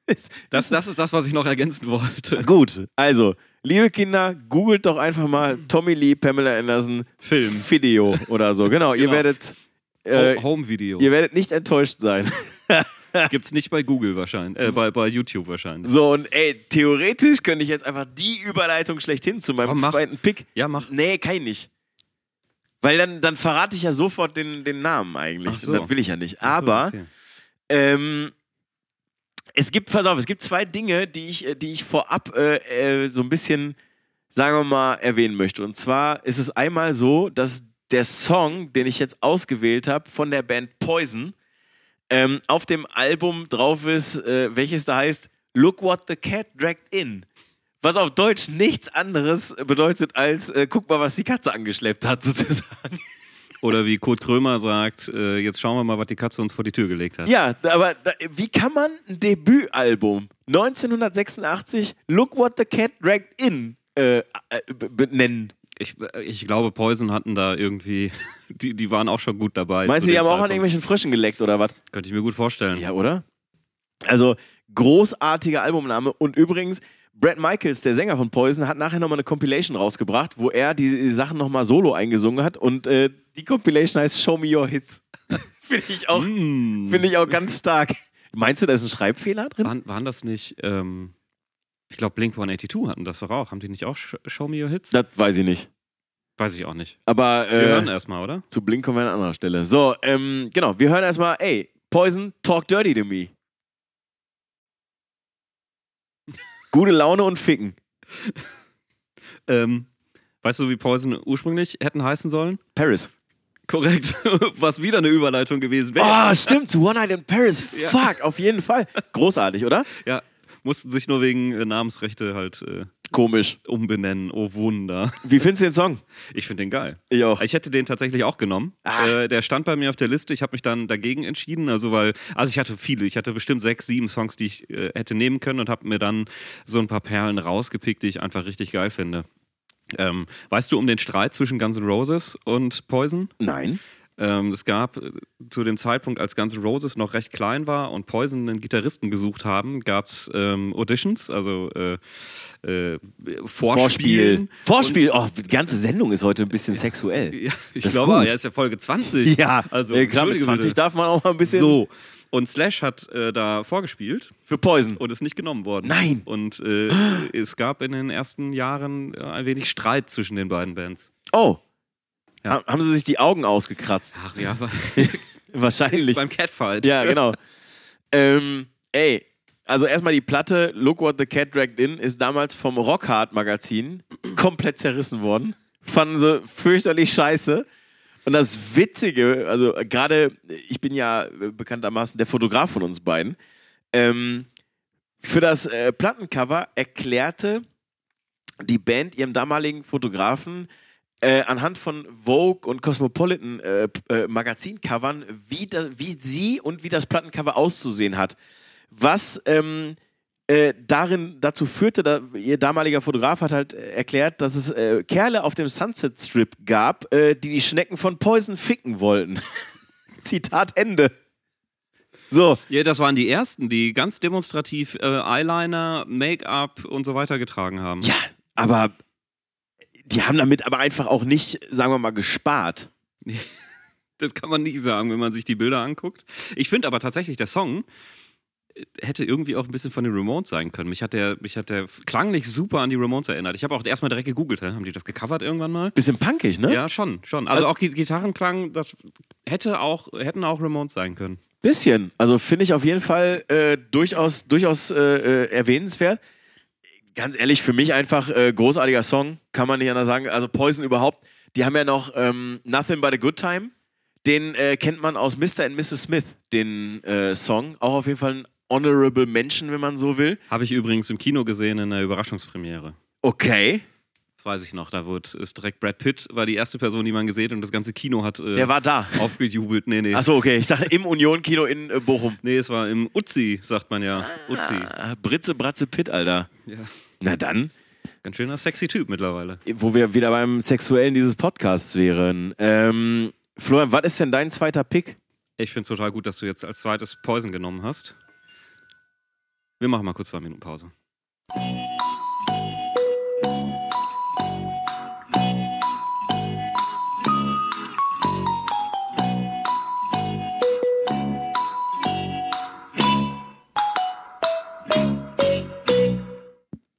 S2: ist,
S3: Das, das ist das, was ich noch ergänzen wollte.
S2: Gut, also, liebe Kinder, googelt doch einfach mal Tommy Lee, Pamela Anderson,
S3: Film.
S2: Video oder so. Genau, ihr
S3: Genau.
S2: werdet. Äh,
S3: Ho- Home-Video.
S2: Ihr werdet nicht enttäuscht sein.
S3: Gibt's nicht bei Google wahrscheinlich, äh, bei, bei YouTube wahrscheinlich.
S2: So, und ey, theoretisch könnte ich jetzt einfach die Überleitung schlechthin zu meinem
S3: Komm, mach.
S2: zweiten Pick.
S3: Ja, mach.
S2: Nee, kann ich nicht. Weil dann, dann verrate ich ja sofort den, den Namen eigentlich.
S3: Ach so.
S2: Das will ich ja nicht. Aber
S3: So, okay.
S2: Ähm, es gibt, pass auf, es gibt zwei Dinge, die ich, äh, die ich vorab äh, äh, so ein bisschen, sagen wir mal, erwähnen möchte. Und zwar ist es einmal so, dass der Song, den ich jetzt ausgewählt habe, von der Band Poison, ähm, auf dem Album drauf ist, äh, welches da heißt Look What the Cat Dragged In. Was auf Deutsch nichts anderes bedeutet als äh, guck mal, was die Katze angeschleppt hat, <laughs> sozusagen.
S3: Oder wie Kurt Krömer sagt, äh, jetzt schauen wir mal, was die Katze uns vor die Tür gelegt hat.
S2: Ja, da- aber da, wie kann man ein Debütalbum 1986 Look What the Cat Dragged In äh, äh, b- benennen?
S3: Ich, äh, ich glaube, Poison hatten da irgendwie, <laughs> die, die waren auch schon gut dabei.
S2: Meinst
S3: zu
S2: du, die
S3: dem
S2: haben auch an
S3: Zeitpunkt.
S2: irgendwelchen Frischen geleckt oder was?
S3: Könnte ich mir gut vorstellen.
S2: Ja, oder? Also, großartiger Albumname. Und übrigens, Brad Michaels, der Sänger von Poison, hat nachher nochmal eine Compilation rausgebracht, wo er die, die Sachen nochmal solo eingesungen hat. Und äh, die Compilation heißt Show Me Your Hits. <laughs> Finde ich, auch-
S3: Mm.
S2: finde ich auch ganz stark. Meinst du, da ist ein Schreibfehler drin?
S3: Waren, waren das nicht, ähm, ich glaube, Blink 182 hatten das doch auch. Haben die nicht auch Sh Show Me Your Hits?
S2: Das weiß ich nicht.
S3: Weiß ich auch nicht.
S2: Aber
S3: Wir
S2: äh,
S3: hören erstmal, oder?
S2: zu Blink kommen wir an anderer Stelle. So, ähm, genau, wir hören erstmal, ey, Poison, talk dirty
S3: <laughs>
S2: to me. Gute Laune und Ficken.
S3: Ähm, weißt du, wie Poison ursprünglich hätten heißen sollen? <laughs>
S2: Paris.
S3: Korrekt. <laughs> Was wieder eine Überleitung gewesen wäre.
S2: Oh, stimmt, zu One Night in Paris. Fuck, auf jeden Fall. Großartig, oder?
S3: Ja, mussten sich nur wegen äh, Namensrechte halt äh,
S2: Komisch.
S3: umbenennen. Oh Wunder.
S2: Wie findest du den Song?
S3: Ich finde den geil.
S2: Ich auch.
S3: Ich hätte den tatsächlich auch genommen.
S2: Ah.
S3: Äh, der stand bei mir auf der Liste. Ich habe mich dann dagegen entschieden. Also, weil, also ich hatte viele. Ich hatte bestimmt sechs, sieben Songs, die ich äh, hätte nehmen können und habe mir dann so ein paar Perlen rausgepickt, die ich einfach richtig geil finde. Ähm, weißt du um den Streit zwischen Guns N' Roses und Poison?
S2: Nein.
S3: Ähm, es gab äh, zu dem Zeitpunkt, als Guns N' Roses noch recht klein war und Poison einen Gitarristen gesucht haben, gab es ähm, Auditions, also äh, äh, Vorspielen.
S2: Vorspiel. Vorspiel. Oh, die ganze Sendung ist heute ein bisschen sexuell.
S3: Ja, ich
S2: Das ist
S3: glaube,
S2: gut.
S3: ja, ist ja Folge 20.
S2: Ja,
S3: also
S2: äh, klar, mit
S3: entschuldige
S2: 20
S3: bitte.
S2: darf man auch mal ein bisschen
S3: So. Und Slash hat äh, da vorgespielt
S2: für Poison.
S3: und ist nicht genommen worden.
S2: Nein.
S3: Und
S2: <gasps>
S3: äh, es gab in den ersten Jahren äh, ein wenig Streit zwischen den beiden Bands.
S2: Oh.
S3: Ja.
S2: Ha- Haben sie sich die Augen ausgekratzt?
S3: Ach
S2: <laughs>
S3: ja,
S2: Wahrscheinlich.
S3: beim Catfight.
S2: Ja, genau. ähm, ey, also erstmal die Platte Look What the Cat Dragged In ist damals vom Rockhard Magazin komplett zerrissen worden. Fanden sie fürchterlich scheiße. Und das Witzige, also gerade, ich bin ja äh, bekanntermaßen der Fotograf von uns beiden. Ähm, für das äh, Plattencover erklärte die Band ihrem damaligen Fotografen äh, anhand von Vogue und Cosmopolitan äh, p- äh, Magazincovern, wie, da, wie sie und wie das Plattencover auszusehen hat. Was ähm, äh, darin dazu führte, da, ihr damaliger Fotograf hat halt äh, erklärt, dass es äh, Kerle auf dem Sunset Strip gab, äh, die die Schnecken von Poison ficken wollten. <laughs> Zitat Ende. So,
S3: Ja, das waren die ersten, die ganz demonstrativ äh, Eyeliner, Make-up und so weiter getragen haben.
S2: ja, aber die haben damit aber einfach auch nicht, sagen wir mal, gespart.
S3: Das kann man nicht sagen, wenn man sich die Bilder anguckt. Ich finde aber tatsächlich, der Song äh, hätte irgendwie auch ein bisschen von den Ramones sein können. Mich hat der, mich hat der klanglich super an die Ramones erinnert. Ich habe auch erstmal direkt gegoogelt, hä? haben die das gecovert irgendwann mal?
S2: Bisschen punkig, ne?
S3: Ja, schon, schon. Also, auch Gi- Gitarrenklang, das hätte auch, hätten auch Ramones sein können.
S2: Bisschen. Also finde ich auf jeden Fall äh, durchaus, durchaus äh, äh, erwähnenswert. Ganz ehrlich, für mich einfach äh, großartiger Song, kann man nicht anders sagen. Also Poison überhaupt, die haben ja noch ähm, Nothing But a Good Time. Den äh, kennt man aus Mr. and Mrs. Smith, den äh, Song. Auch auf jeden Fall ein Honorable Mention, wenn man so will.
S3: Habe ich übrigens im Kino gesehen in der Überraschungspremiere.
S2: Okay.
S3: Das weiß ich noch. Da wurde, ist direkt Brad Pitt, war die erste Person, die man gesehen hat und das ganze Kino hat äh,
S2: Der war da.
S3: aufgejubelt. Nee, nee.
S2: Achso, okay. Ich dachte im Union-Kino in äh, Bochum.
S3: Nee, es war im Uzi, sagt man ja. Uzi.
S2: Ah, Britze, Bratze, Pitt, Alter.
S3: Ja.
S2: Na dann.
S3: Ganz schöner sexy Typ mittlerweile.
S2: wo wir wieder beim Sexuellen dieses Podcasts wären. Ähm, Florian, was ist denn dein zweiter Pick?
S3: Ich finde es total gut, dass du jetzt als zweites Poison genommen hast. Wir machen mal kurz zwei Minuten Pause.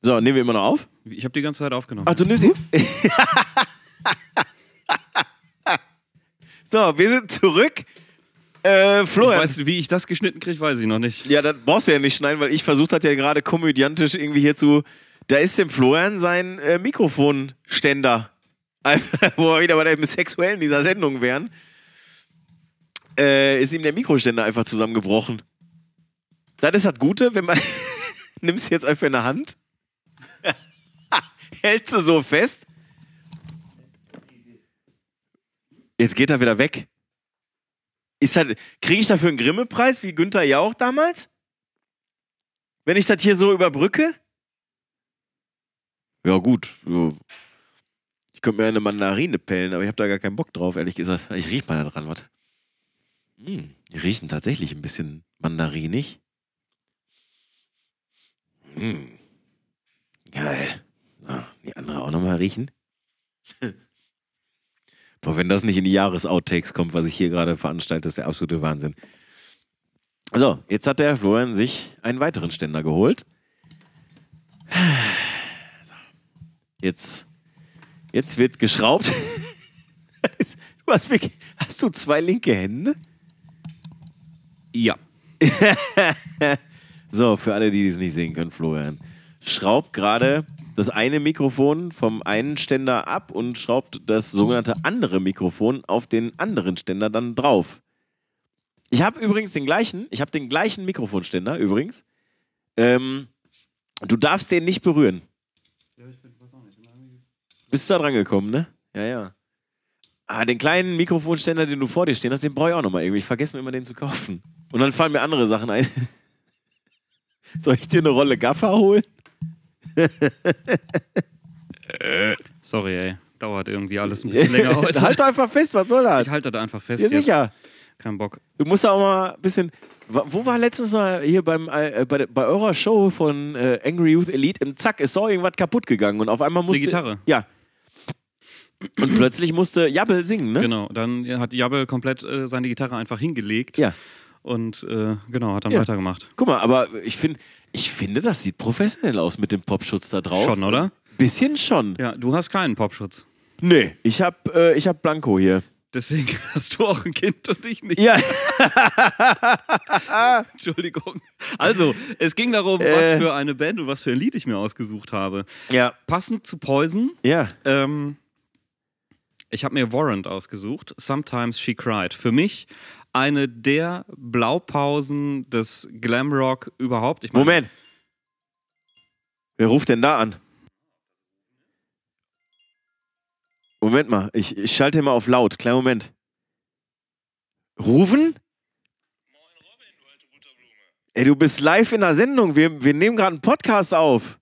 S2: So, nehmen wir immer noch auf?
S3: Ich habe die ganze Zeit aufgenommen.
S2: Ach, du nimmst ihn. <laughs> so, wir sind zurück. Äh,
S3: ich
S2: Florian.
S3: weiß, wie ich das geschnitten kriege, weiß ich noch nicht.
S2: ja, das brauchst du ja nicht schneiden, weil ich versucht hatte ja gerade komödiantisch irgendwie hier zu. Da ist dem Florian sein äh, Mikrofonständer <laughs> wo wir wieder bei dem Sexuellen dieser Sendung wären, äh, ist ihm der Mikroständer einfach zusammengebrochen. Das ist das Gute, wenn man <laughs> nimmst jetzt einfach in der Hand, <laughs> hältst du so fest. Jetzt geht er wieder weg. Ist das, kriege ich dafür einen Grimme-Preis wie Günther Jauch damals? Wenn ich das hier so überbrücke? Ja, gut. so. Ich könnte mir eine Mandarine pellen, aber ich habe da gar keinen Bock drauf, ehrlich gesagt. Ich riech mal da dran, warte. Hm, die riechen tatsächlich ein bisschen mandarinig. Hm. Geil. So, die andere auch nochmal riechen. Boah, wenn das nicht in die Jahresouttakes kommt, was ich hier gerade veranstalte, ist der absolute Wahnsinn. So, jetzt hat der Florian sich einen weiteren Ständer geholt. So. Jetzt, jetzt wird geschraubt. <laughs> Das ist- du hast, wirklich, hast du zwei linke Hände?
S3: Ja.
S2: So, für alle, die es nicht sehen können, Florian schraubt gerade das eine Mikrofon vom einen Ständer ab und schraubt das sogenannte andere Mikrofon auf den anderen Ständer dann drauf. Ich habe übrigens den gleichen, ich habe den gleichen Mikrofonständer übrigens. Ähm, du darfst den nicht berühren. Bist du da dran gekommen, ne? Ja, ja. Ah, den kleinen Mikrofonständer, den du vor dir stehen hast, den brauche ich auch nochmal irgendwie. Ich vergesse nur immer, den zu kaufen. Und dann fallen mir andere Sachen ein. Soll ich dir eine Rolle Gaffer holen?
S3: Sorry, ey. Dauert irgendwie alles ein
S2: <laughs>
S3: bisschen länger heute.
S2: halt doch einfach fest, was soll das?
S3: Ich halte da einfach fest.
S2: Ja, sicher.
S3: Jetzt. Kein Bock.
S2: Du musst auch mal ein bisschen. Wa- Wo war letztens mal hier beim, äh, bei, der- bei eurer Show von äh, Angry Youth Elite und zack, ist so irgendwas kaputt gegangen und auf einmal musste.
S3: Gitarre.
S2: Ja. Und plötzlich musste Jabbel singen, ne?
S3: Genau. Dann hat Jabel komplett äh, seine Gitarre einfach hingelegt.
S2: Ja.
S3: Und äh, genau, hat dann
S2: Ja.
S3: weitergemacht.
S2: Guck mal, aber ich, find, ich finde, das sieht professionell aus mit dem Popschutz da drauf.
S3: Schon, oder?
S2: Bisschen schon.
S3: Ja, du hast keinen Popschutz.
S2: Nee, ich hab, äh, ich hab Blanco hier.
S3: Deswegen <laughs> hast du auch ein Kind und ich nicht.
S2: Ja.
S3: Entschuldigung. Also, es ging darum,
S2: Äh.
S3: was für eine Band und was für ein Lied ich mir ausgesucht habe.
S2: Ja.
S3: Passend zu Poison,
S2: Ja.
S3: ähm, ich habe mir Warrant ausgesucht. Sometimes She Cried. Für mich eine der Blaupausen des Glamrock überhaupt. Ich meine,
S2: Moment. Wer ruft denn da an? Moment mal, ich, ich schalte mal auf laut. Kleinen Moment. Rufen? Ey, du bist live in der Sendung. Wir, wir nehmen gerade einen Podcast auf.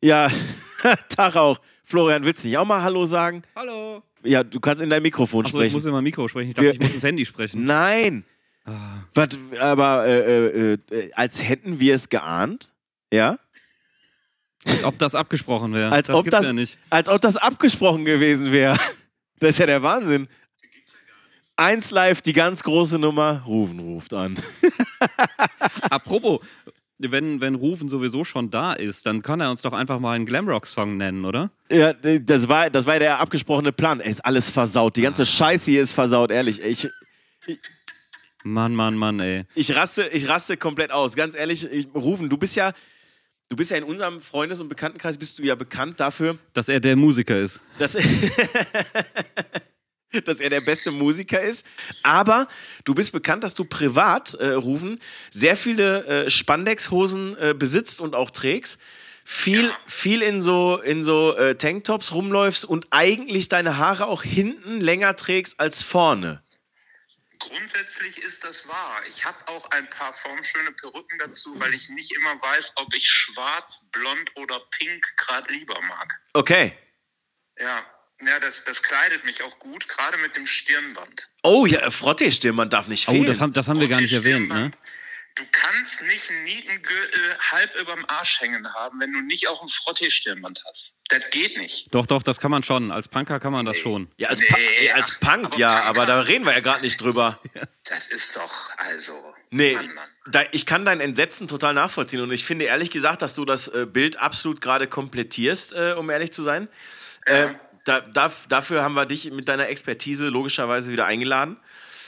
S2: Ja, <laughs> Tag auch. Florian, willst du nicht auch mal Hallo sagen?
S3: Hallo.
S2: Ja, du kannst in dein Mikrofon
S3: Achso, ich
S2: sprechen.
S3: muss in mein Mikro sprechen. Ich dachte,
S2: Wir-
S3: ich muss ins Handy sprechen.
S2: <laughs> Nein. Was, aber äh, äh, äh, als hätten wir es geahnt, ja?
S3: Als ob das abgesprochen wäre.
S2: Als
S3: das
S2: ob
S3: gibt's
S2: das,
S3: ja nicht.
S2: als ob das abgesprochen gewesen wäre. <laughs> Das ist ja der Wahnsinn. Eins live, die ganz große Nummer. Rufen ruft an.
S3: Apropos, wenn, wenn Rufen sowieso schon da ist, dann kann er uns doch einfach mal einen Glamrock-Song nennen, oder?
S2: Ja, das war, das war der abgesprochene Plan. Ey, ist alles versaut. Die ganze Scheiße hier ist versaut, ehrlich. Ich,
S3: Mann, Mann, Mann, ey.
S2: ich raste, ich raste komplett aus. Ganz ehrlich, ich, Rufen, du bist ja, du bist ja in unserem Freundes- und Bekanntenkreis bist du ja bekannt dafür,
S3: Dass er der Musiker ist.
S2: dass, <laughs> dass er der beste Musiker ist. Aber du bist bekannt, dass du privat, äh, Rufen, sehr viele äh, Spandex-Hosen äh, besitzt und auch trägst. Viel, viel in so, in so äh, Tanktops rumläufst und eigentlich deine Haare auch hinten länger trägst als vorne.
S4: Grundsätzlich ist das wahr. Ich habe auch ein paar formschöne Perücken dazu, weil ich nicht immer weiß, ob ich schwarz, blond oder pink gerade lieber mag.
S2: Okay.
S4: Ja, ja das, das kleidet mich auch gut, gerade mit dem Stirnband.
S2: Oh ja, Frottee-Stirnband darf nicht fehlen.
S3: Oh, das haben, das haben wir gar nicht erwähnt, ne?
S4: Du kannst nicht einen Nietengürtel halb überm Arsch hängen haben, wenn du nicht auch ein Frottee-Stirnband hast. Das geht nicht.
S3: Doch, doch, das kann man schon. Als Punker kann man das schon.
S2: ja, als, Pu-
S4: Nee,
S2: ey, als Punk,
S4: aber
S2: ja,
S4: Punk-
S2: aber da reden wir ja gerade nicht drüber.
S4: Das ist doch, also.
S2: Nee,
S4: Mann, Mann.
S2: da, ich kann dein Entsetzen total nachvollziehen und ich finde ehrlich gesagt, dass du das äh, Bild absolut gerade komplettierst, äh, um ehrlich zu sein. Äh, da, da, dafür haben wir dich mit deiner Expertise logischerweise wieder eingeladen.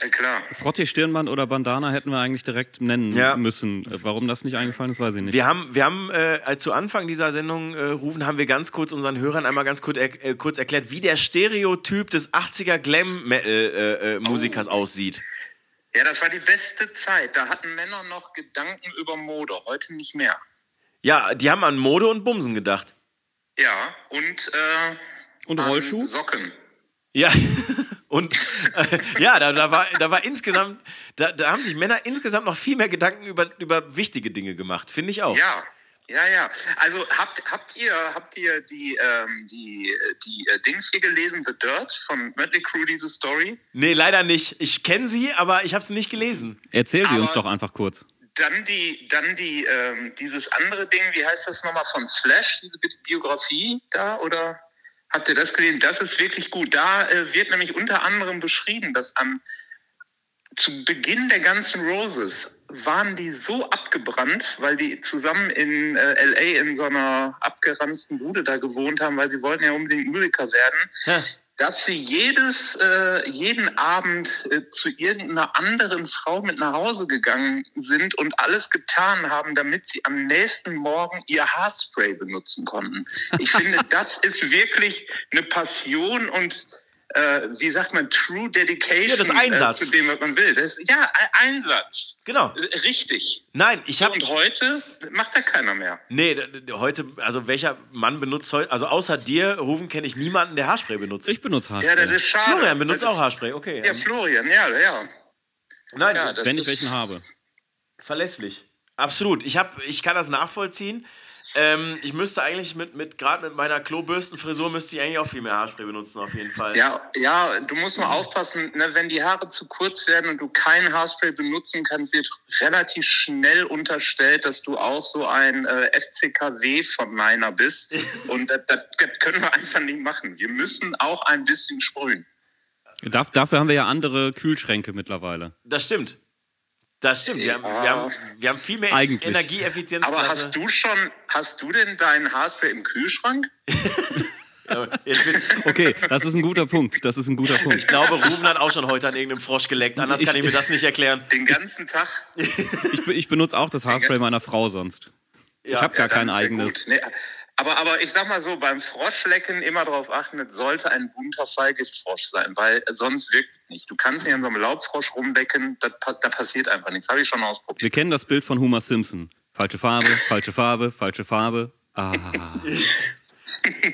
S4: Ja, klar.
S3: Frottee, Stirnband oder Bandana hätten wir eigentlich direkt nennen
S2: Ja.
S3: müssen. Äh, Warum das nicht eingefallen ist, weiß ich nicht.
S2: Wir haben, wir haben äh, als zu Anfang dieser Sendung äh, rufen, haben wir ganz kurz unseren Hörern einmal ganz kurz, er, äh, kurz erklärt, wie der Stereotyp des 80er Glam-Metal-Musikers äh, aussieht.
S4: Ja, das war die beste Zeit. Da hatten Männer noch Gedanken über Mode, heute nicht mehr.
S2: Ja, die haben an Mode und Bumsen gedacht.
S4: Ja, und, äh,
S3: Und
S4: an
S3: Rollschuh?
S4: Socken.
S2: Ja, <laughs> und äh, ja, da, da, war, da war insgesamt, da, da haben sich Männer insgesamt noch viel mehr Gedanken über, über wichtige Dinge gemacht, finde
S3: Oh.
S2: ich auch.
S4: Ja, ja, ja. Also habt, habt ihr, habt ihr die, ähm, die, die äh, Dings hier gelesen, The Dirt von Mötley Crew, diese Story?
S2: Nee, leider nicht. Ich kenne sie, aber ich habe sie nicht gelesen.
S3: Erzähl sie
S4: Aber-
S3: uns doch einfach kurz.
S4: Dann die, dann die, ähm, dieses andere Ding, wie heißt das nochmal von Slash, diese Bi Biografie da oder habt ihr das gesehen? Das ist wirklich gut. Da äh, wird nämlich unter anderem beschrieben, dass am zu Beginn der ganzen Roses waren die so abgebrannt, weil die zusammen in äh, LA in so einer abgeranzten Bude da gewohnt haben, weil sie wollten ja unbedingt Musiker werden
S2: Hä?
S4: dass sie jedes, äh, jeden Abend äh, zu irgendeiner anderen Frau mit nach Hause gegangen sind und alles getan haben, damit sie am nächsten Morgen ihr Haarspray benutzen konnten.
S2: <laughs>
S4: Ich finde, das ist wirklich eine Passion und äh, wie sagt man, true dedication
S2: Ja, das Einsatz.
S4: Äh, zu dem, was man will. Das, ja, ein Einsatz.
S2: Genau.
S4: Äh, Richtig.
S2: Nein, ich habe
S4: Und heute macht da keiner mehr.
S2: Nee, d- d- heute, also welcher Mann benutzt heute, also außer dir, Rufen, kenne ich niemanden, der Haarspray benutzt.
S3: Ich benutze
S4: Ja,
S3: Haarspray.
S4: das ist schade.
S2: Florian benutzt
S4: Das
S2: auch
S4: ist-
S2: Haarspray, okay.
S4: Ja,
S2: ähm,
S4: Florian, ja, ja.
S2: Nein,
S4: ja das
S3: Also, wenn ich
S4: ist-
S3: welchen habe.
S2: verlässlich. Absolut. Ich, hab, ich kann das nachvollziehen. Ähm, ich müsste eigentlich mit, mit gerade mit meiner Klobürstenfrisur müsste ich eigentlich auch viel mehr Haarspray benutzen, auf jeden Fall.
S4: Ja, ja, du musst mal aufpassen, ne, wenn die Haare zu kurz werden und du kein Haarspray benutzen kannst, wird relativ schnell unterstellt, dass du auch so ein äh, FCKW von meiner bist. Und das, das, das können wir einfach nicht machen. Wir müssen auch ein bisschen sprühen.
S3: Darf, dafür haben wir ja andere Kühlschränke mittlerweile.
S2: Das stimmt. Das stimmt. Wir haben, wir haben, wir haben viel mehr
S3: Eigentlich.
S2: Energieeffizienz.
S4: Ah. Aber hast du schon, hast du denn dein Haarspray im Kühlschrank?
S2: Jetzt wird's-
S3: Okay, das ist ein
S4: <laughs>
S3: guter Punkt. Das ist ein guter
S2: ich
S3: Punkt.
S2: glaube, Rufen hat auch schon heute an irgendeinem Frosch geleckt. Anders
S3: Ich-
S2: kann ich mir das nicht erklären.
S4: Den ganzen Tag?
S3: Ich, be- ich benutze auch das Haarspray meiner Frau sonst. Ich habe
S4: Ja,
S3: gar
S4: dann
S3: kein
S4: ist ja
S3: eigenes.
S4: gut. Nee, aber, aber ich sag mal so, beim Froschlecken immer darauf achten, es sollte ein bunter Fallgiftfrosch sein, weil sonst wirkt es nicht. Du kannst nicht an so einem Laubfrosch rumlecken, da, pa- da passiert einfach nichts. Habe ich schon ausprobiert.
S3: Wir kennen das Bild von Homer Simpson. Falsche Farbe, falsche Farbe, falsche Farbe. Ah,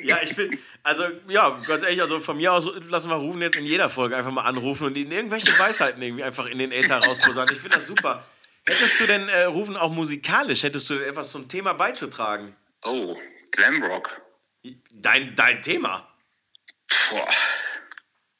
S2: Ja, ich bin, also ja, ganz ehrlich, also von mir aus lassen wir Rufen jetzt in jeder Folge einfach mal anrufen und ihnen irgendwelche Weisheiten irgendwie einfach in den Äther rausposaunen. Ich finde das super. Hättest du denn, äh, Rufen, auch musikalisch, hättest du denn etwas zum Thema beizutragen?
S4: Oh, Glamrock.
S2: Dein, dein Thema.
S4: Boah,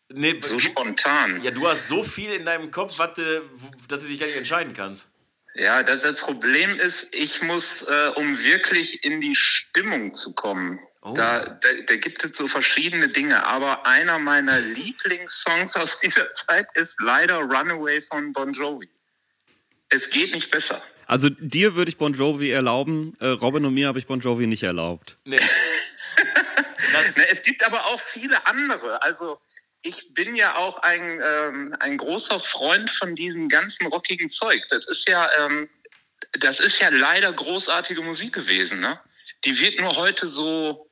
S2: Nee,
S4: so
S3: Mhm.
S2: du,
S4: spontan.
S2: ja, du hast so viel in deinem Kopf, was, du- dass du dich gar nicht entscheiden kannst.
S4: Ja, das, das Problem ist, ich muss, äh, um wirklich in die Stimmung zu kommen, da, da, da gibt es so verschiedene Dinge, aber einer meiner Lieblingssongs aus <laughs> dieser Zeit ist leider Runaway von Bon Jovi. Es geht nicht besser.
S3: Also dir würde ich Bon Jovi erlauben, äh, Robin und mir habe ich Bon Jovi nicht erlaubt.
S2: Nee. Das,
S4: Ne, es gibt aber auch viele andere. Also ich bin ja auch ein, ähm, ein großer Freund von diesem ganzen rockigen Zeug. Das ist ja, ähm, das ist ja leider großartige Musik gewesen. Ne? Die wird nur heute so,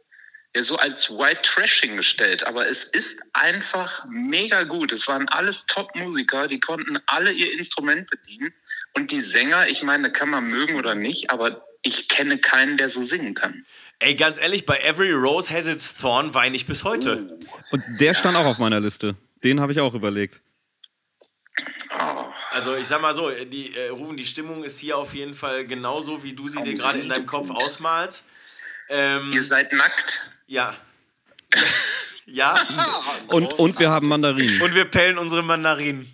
S4: ja, so als White Trashing gestellt. Aber es ist einfach mega gut. Es waren alles Top-Musiker, die konnten alle ihr Instrument bedienen. Und die Sänger, ich meine, kann man mögen oder nicht, aber ich kenne keinen, der so singen kann.
S2: ey, ganz ehrlich, bei Every Rose Has Its Thorn weine ich bis heute.
S3: Und der stand auch auf meiner Liste. Den habe ich auch überlegt.
S4: Ah.
S2: Also ich sag mal so, die, äh, Ruben, die Stimmung ist hier auf jeden Fall genauso, wie du sie dir gerade in deinem Kopf ausmalst.
S4: Ihr
S2: Ähm,
S4: seid nackt. <laughs>
S2: ja. ja.
S3: Und, und wir haben Mandarinen.
S2: Und wir pellen unsere Mandarinen.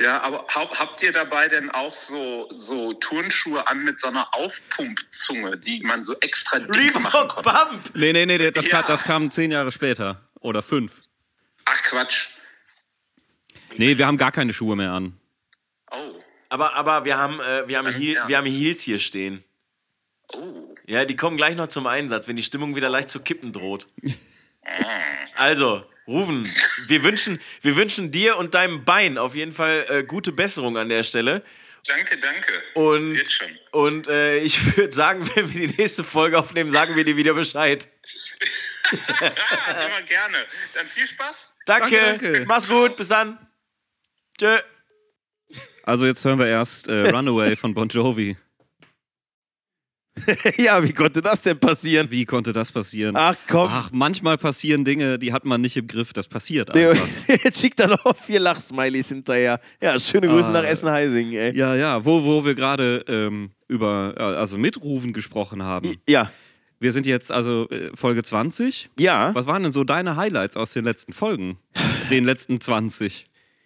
S4: Ja, aber hab, habt ihr dabei denn auch so, so Turnschuhe an mit so einer Aufpumpzunge, die man so extra dick machen
S2: Reebok
S4: konnte?
S2: Bump!
S3: Nee, nee, nee, das,
S4: Ja.
S3: kam, das kam zehn Jahre später. Oder fünf.
S4: Ach Quatsch.
S3: Nee, wir haben gar keine Schuhe mehr an.
S4: Oh.
S2: Aber, aber wir haben, äh, wir, haben
S4: Ganz
S2: Heel, wir
S4: ernst?
S2: haben Heels hier stehen.
S4: Oh. <laughs>
S2: Ja, die kommen gleich noch zum Einsatz, wenn die Stimmung wieder leicht zu kippen droht. Also, Rufen, wir wünschen, wir wünschen dir und deinem Bein auf jeden Fall äh, gute Besserung an der Stelle.
S4: Danke, danke.
S2: Und,
S4: Wird schon.
S2: und äh, ich <laughs> würde sagen, wenn wir die nächste Folge aufnehmen, sagen wir dir wieder Bescheid.
S4: Ah, immer gerne. Dann viel Spaß.
S2: Danke,
S3: Danke, danke.
S2: mach's gut, bis dann. Tschö.
S3: Also jetzt hören wir erst äh, Runaway von Bon Jovi.
S2: <laughs> ja, wie konnte das denn passieren?
S3: Wie konnte das passieren?
S2: Ach komm,
S3: Ach, manchmal passieren Dinge, die hat man nicht im Griff. Das passiert
S2: Leo,
S3: einfach.
S2: <laughs> jetzt schickt er noch vier Lachsmileys hinterher. Ja, schöne Grüße
S3: Ah.
S2: nach Essen-Heising, ey.
S3: Ja, ja, wo, wo wir gerade ähm, über, äh, also mit Rufen gesprochen haben.
S2: Ja,
S3: Wir sind jetzt also äh, Folge 20.
S2: ja,
S3: Was waren denn so deine Highlights aus den letzten Folgen? Den letzten 20.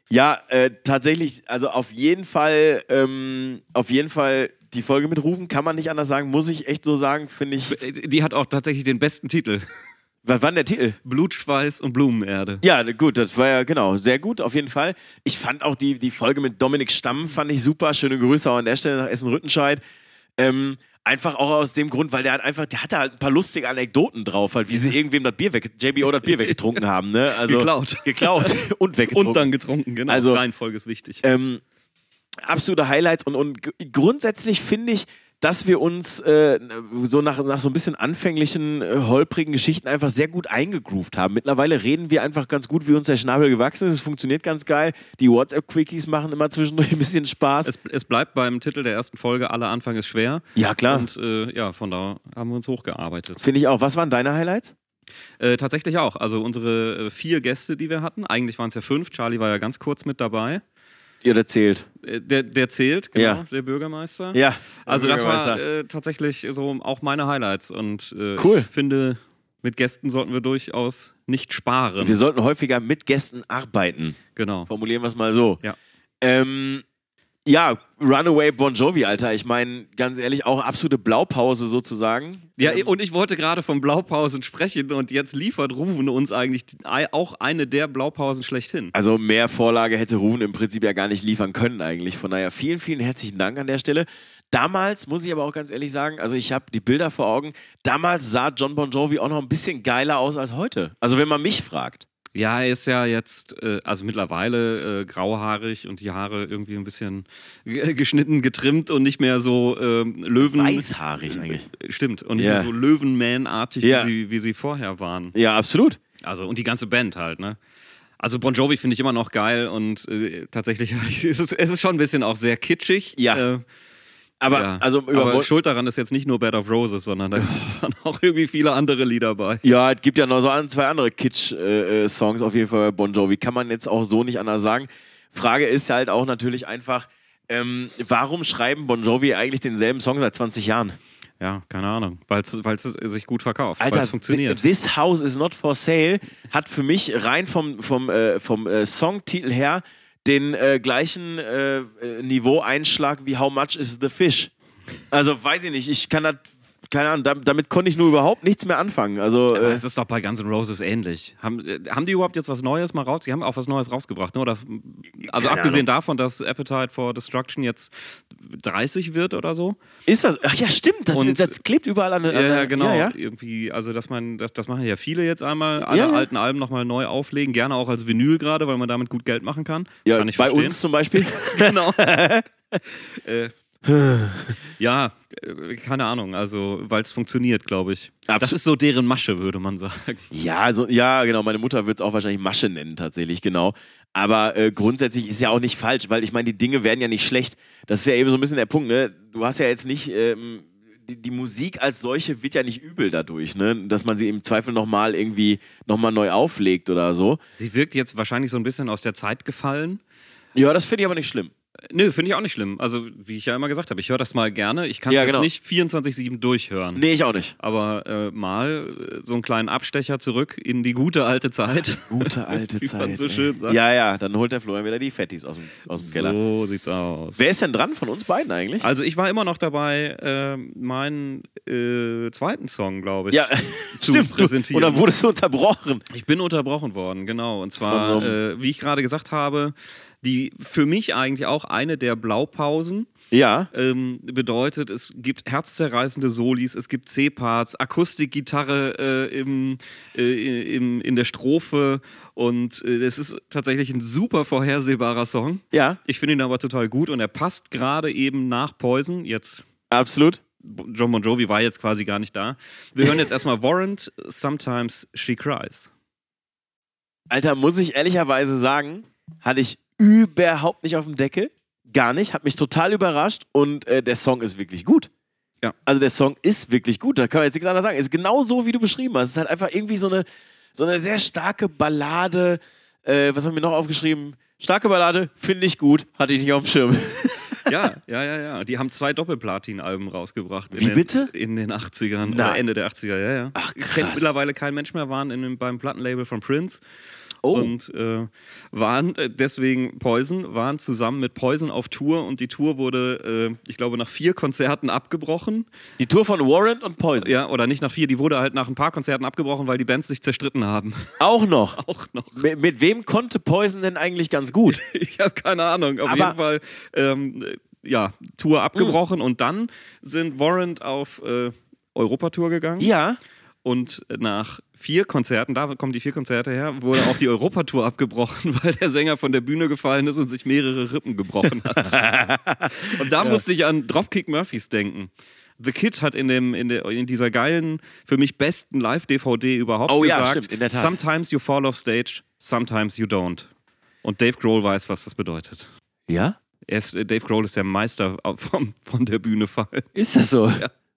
S2: ja, äh, tatsächlich, also auf jeden Fall, ähm, auf jeden Fall die Folge mit Rufen kann man nicht anders sagen, muss ich echt so sagen, finde ich.
S3: Äh, Die hat auch tatsächlich den besten Titel.
S2: Was war denn der Titel?
S3: Blutschweiß und Blumenerde.
S2: Ja, gut, das war ja genau, sehr gut, auf jeden Fall. Ich fand auch die, die Folge mit Dominik Stamm, fand ich super. Schöne Grüße auch an der Stelle nach Essen-Rüttenscheid. Ähm, einfach auch aus dem Grund, weil der hat einfach, der hatte halt ein paar lustige Anekdoten drauf, halt,
S3: <laughs>
S2: wie sie irgendwem das Bier weg, JBO das Bier weggetrunken haben, ne? Also,
S3: Geklaut. <laughs>
S2: Geklaut und weggetrunken.
S3: Und dann getrunken, genau.
S2: Also-
S3: Reihenfolge ist wichtig.
S2: ähm, absolute Highlights und, und g- grundsätzlich finde ich, dass wir uns äh, so nach, nach so ein bisschen anfänglichen, äh, holprigen Geschichten einfach sehr gut eingegroovt haben. Mittlerweile reden wir einfach ganz gut, wie uns der Schnabel gewachsen ist. Es funktioniert ganz geil. Die WhatsApp-Quickies machen immer zwischendurch ein bisschen Spaß.
S3: Es, es bleibt beim Titel der ersten Folge, aller Anfang ist schwer.
S2: ja, klar.
S3: Und äh, ja, von da haben wir uns hochgearbeitet.
S2: Finde ich auch. Was waren deine Highlights?
S3: Äh, tatsächlich auch. Also unsere äh, vier Gäste, die wir hatten, eigentlich waren es ja fünf, Charlie war ja ganz kurz mit dabei.
S2: Ihr erzählt.
S3: Äh, der, der zählt, genau,
S2: Ja.
S3: der Bürgermeister.
S2: Ja.
S3: Also das war
S2: Bürgermeister.
S3: äh, tatsächlich so auch meine Highlights. Und äh,
S2: Cool.
S3: ich finde, mit Gästen sollten wir durchaus nicht sparen.
S2: wir sollten häufiger mit Gästen arbeiten.
S3: genau.
S2: Formulieren wir es mal so.
S3: Ja.
S2: Ähm, ja, Runaway Bon Jovi, Alter. Ich meine, ganz ehrlich, auch absolute Blaupause sozusagen.
S3: Ja, und ich wollte gerade von Blaupausen sprechen und jetzt liefert Rufen uns eigentlich die- auch eine der Blaupausen schlechthin.
S2: Also mehr Vorlage hätte Ruven im Prinzip ja gar nicht liefern können eigentlich. Von daher vielen, vielen herzlichen Dank an der Stelle. Damals muss ich aber auch ganz ehrlich sagen, also ich habe die Bilder vor Augen. Damals sah John Bon Jovi auch noch ein bisschen geiler aus als heute. Also wenn man mich fragt.
S3: Ja, er ist ja jetzt, äh, also mittlerweile äh, grauhaarig und die Haare irgendwie ein bisschen <laughs> g- geschnitten, getrimmt und nicht mehr so ähm, Löwen. Mhm.
S2: Weißhaarig eigentlich.
S3: Stimmt. Und nicht
S2: Ja.
S3: mehr so Löwenman-artig,
S2: Ja.
S3: wie, sie, wie sie vorher waren.
S2: Ja, absolut.
S3: Also, und die ganze Band halt, ne? Also Bon Jovi finde ich immer noch geil und äh, tatsächlich <laughs> es ist es ist schon ein bisschen auch sehr kitschig.
S2: Ja.
S3: Äh,
S2: Aber
S3: ja.
S2: also über Oh.
S3: Aber
S2: Bon-
S3: schuld daran ist jetzt nicht nur Bed of Roses, sondern da <laughs> waren auch irgendwie viele andere Lieder bei.
S2: Ja, es gibt ja noch so ein, zwei andere Kitsch-Songs auf jeden Fall bei Bon Jovi. Kann man jetzt auch so nicht anders sagen. Frage ist halt auch natürlich einfach, ähm, warum schreiben Bon Jovi eigentlich denselben Song seit 20 Jahren?
S3: Ja, keine Ahnung, weil es sich gut verkauft, weil es funktioniert.
S2: This House is Not for Sale hat für mich rein vom, vom, äh, vom äh, Songtitel her den äh, gleichen äh, äh, Niveau-Einschlag wie How Much is the Fish. Also weiß ich nicht, ich kann das, keine Ahnung, damit, damit konnte ich nur überhaupt nichts mehr anfangen. Also,
S3: Aber
S2: äh,
S3: es ist doch bei Guns N' Roses ähnlich. Haben, äh, haben die überhaupt jetzt was Neues mal raus? Die haben auch was Neues rausgebracht, ne? Oder, also
S2: Keine
S3: abgesehen davon, dass Appetite for Destruction jetzt 30 wird oder so.
S2: ist das, ach ja stimmt, das,
S3: Und-
S2: das klebt überall an an-
S3: Ja, ja,
S2: an-
S3: genau.
S2: ja, ja.
S3: Irgendwie, also dass man, das, das machen ja viele jetzt einmal, alle
S2: ja.
S3: alten Alben nochmal neu auflegen, gerne auch als Vinyl gerade, weil man damit gut Geld machen kann.
S2: Ja,
S3: kann ich
S2: bei
S3: verstehen.
S2: uns zum Beispiel.
S3: <laughs>
S2: <laughs>
S3: genau. äh, ja, äh, keine Ahnung, also weil es funktioniert, glaube ich. Das
S2: Absolut.
S3: ist so deren Masche, würde man
S2: <laughs>
S3: sagen.
S2: ja, so, ja, genau. Meine Mutter wird es auch wahrscheinlich Masche nennen, tatsächlich, genau. Aber äh, grundsätzlich ist ja auch nicht falsch, weil ich meine, die Dinge werden ja nicht schlecht. Das ist ja eben so ein bisschen der Punkt, ne? Du hast ja jetzt nicht, ähm, die, die Musik als solche wird ja nicht übel dadurch, ne? Dass man sie im Zweifel nochmal irgendwie nochmal neu auflegt oder so.
S3: Sie wirkt jetzt wahrscheinlich so ein bisschen aus der Zeit gefallen. Äh,
S2: Ja, das finde ich aber nicht schlimm.
S3: Nö, finde ich auch nicht schlimm. Also, wie ich ja immer gesagt habe, ich höre das mal gerne. Ich kann es
S2: Ja,
S3: jetzt
S2: genau.
S3: nicht 24-7 durchhören.
S2: Nee, ich auch nicht.
S3: Aber äh, mal äh, so einen kleinen Abstecher zurück in die gute alte
S2: <laughs>
S3: Zeit.
S2: Gute
S3: <laughs>
S2: alte
S3: Wie
S2: Zeit.
S3: man so
S2: ey.
S3: schön sagt.
S2: Ja, ja, dann holt der Florian wieder die Fettis aus dem, aus dem Keller.
S3: So sieht's aus.
S2: Wer ist denn dran von uns beiden eigentlich?
S3: Also ich war immer noch dabei, äh, meinen äh, zweiten Song, glaube ich,
S2: Ja, <laughs>
S3: zu
S2: stimmt. du-
S3: präsentieren.
S2: Oder wurdest du unterbrochen?
S3: ich bin unterbrochen worden, genau. Und zwar,
S2: Von so
S3: äh, wie ich gerade gesagt habe, die für mich eigentlich auch eine der Blaupausen
S2: Ja.
S3: ähm, bedeutet, es gibt herzzerreißende Solis, es gibt C-Parts, Akustikgitarre äh, im, äh, im, in der Strophe und äh, es ist tatsächlich ein super vorhersehbarer Song.
S2: Ja.
S3: Ich finde ihn aber total gut und er passt gerade eben nach Poison. Jetzt,
S2: Absolut.
S3: Bo- John Bon Jovi war jetzt quasi gar nicht da. Wir hören jetzt erstmal Warrant, Sometimes She Cries.
S2: Alter, muss ich ehrlicherweise sagen, hatte ich überhaupt nicht auf dem Deckel. Gar nicht. Hat mich total überrascht und äh, der Song ist wirklich gut.
S3: Ja.
S2: Also der Song ist wirklich gut. Da kann man jetzt nichts anderes sagen. Ist genau so, wie du beschrieben hast. Es ist halt einfach irgendwie so eine, so eine sehr starke Ballade. Äh, was haben wir noch aufgeschrieben? Starke Ballade, finde ich gut, hatte ich nicht auf dem Schirm. <laughs>
S3: Ja, ja, ja, ja. Die haben zwei Doppelplatin-Alben rausgebracht. in
S2: Wie
S3: den,
S2: bitte?
S3: In den 80ern
S2: Nein.
S3: oder Ende der 80er, ja, ja.
S2: Ach, krass.
S3: Kennt mittlerweile kein Mensch mehr, waren in, dem- beim Plattenlabel von Prince.
S2: Oh.
S3: Und äh, waren äh, deswegen Poison, waren zusammen mit Poison auf Tour und die Tour wurde, äh, ich glaube, nach vier Konzerten abgebrochen.
S2: Die Tour von Warrant und Poison.
S3: Ja, oder nicht nach vier, die wurde halt nach ein paar Konzerten abgebrochen, weil die Bands sich zerstritten haben. <laughs>
S2: Auch noch.
S3: Auch noch.
S2: Mit, mit wem konnte Poison denn eigentlich ganz gut?
S3: <laughs> Ich habe keine Ahnung. Auf
S2: Aber-
S3: jeden Fall, ähm, ja, Tour abgebrochen und dann sind Warrant auf äh, Europatour gegangen.
S2: <laughs> ja.
S3: Und nach vier Konzerten, da kommen die vier Konzerte her, wurde auch die Europatour <laughs> abgebrochen, weil der Sänger von der Bühne gefallen ist und sich mehrere Rippen gebrochen hat.
S2: <laughs>
S3: und da musste ich an Dropkick Murphys denken. The Kid hat in, dem, in, der, in dieser geilen, für mich besten Live-DVD überhaupt
S2: Oh ja,
S3: gesagt:
S2: stimmt, in der Tat.
S3: Sometimes you fall off stage, sometimes you don't. Und Dave Grohl weiß, was das bedeutet.
S2: Ja?
S3: Er ist, äh, Dave Grohl ist der Meister vom, von der Bühne fallen.
S2: Ist das so?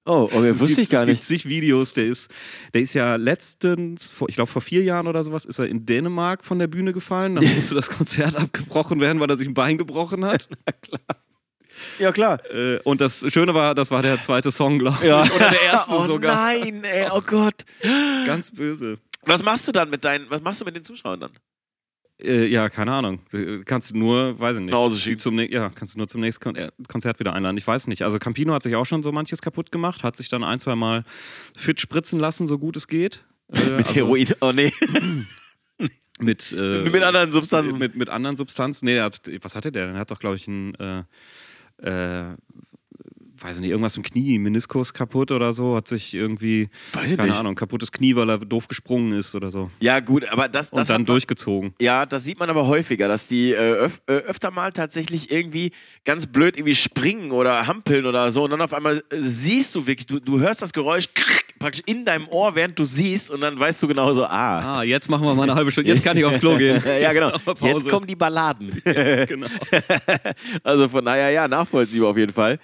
S2: Oh, okay, wusste ich
S3: gibt,
S2: gar
S3: es gibt
S2: nicht.
S3: zig Videos, der ist, der ist ja letztens, vor, ich glaube vor vier Jahren oder sowas, ist er in Dänemark von der Bühne gefallen.
S2: <laughs>
S3: Dann musste das Konzert abgebrochen werden, weil er sich ein Bein gebrochen
S2: <laughs>
S3: hat.
S2: Ja, klar.
S3: Äh, Und das Schöne war, das war der zweite Song, glaube ich.
S2: Ja.
S3: Oder der erste
S2: <laughs> oh
S3: sogar.
S2: Nein, ey, oh Gott.
S3: Ganz böse.
S2: Was machst du dann mit deinen, was machst du mit den Zuschauern dann?
S3: Äh, ja, keine Ahnung. Äh, Kannst du nur, weiß ich nicht.
S2: Nach Hause schieben.
S3: Die Zum, nä- ja, kannst du nur zum nächsten Kon äh, Konzert wieder einladen. Ich weiß nicht. Also Campino hat sich auch schon so manches kaputt gemacht, hat sich dann ein, zwei Mal fit spritzen lassen, so gut es geht. Äh,
S2: <laughs> Mit
S3: also
S2: Heroin? Oh nee,
S3: Mit, äh,
S2: <laughs> mit anderen Substanzen.
S3: Mit, mit anderen Substanzen. Nee, der hat, was hatte der? denn? Der hat doch, glaube ich, ein, äh, äh, weiß ich nicht, irgendwas im Knie, Meniskus kaputt oder so, hat sich irgendwie,
S2: Weiß ich
S3: keine
S2: nicht.
S3: Ahnung, kaputtes Knie, weil er doof gesprungen ist oder so.
S2: <laughs> Ja gut, aber das,
S3: Und
S2: das
S3: dann
S2: hat man,
S3: durchgezogen.
S2: ja, das sieht man aber häufiger, dass die äh, öf äh, öfter mal tatsächlich irgendwie ganz blöd irgendwie springen oder hampeln oder so und dann auf einmal äh, siehst du wirklich, du, du hörst das Geräusch krrk, praktisch in deinem Ohr, während du siehst und dann weißt du genau so, ah.
S3: Ah, jetzt machen wir mal eine halbe Stunde. Jetzt kann ich aufs Klo <laughs> gehen.
S2: <laughs> Ja, genau.
S3: machen wir Pause.
S2: Jetzt kommen die Balladen.
S3: genau.
S2: Also von daher, ja, nachvollziehbar auf jeden Fall.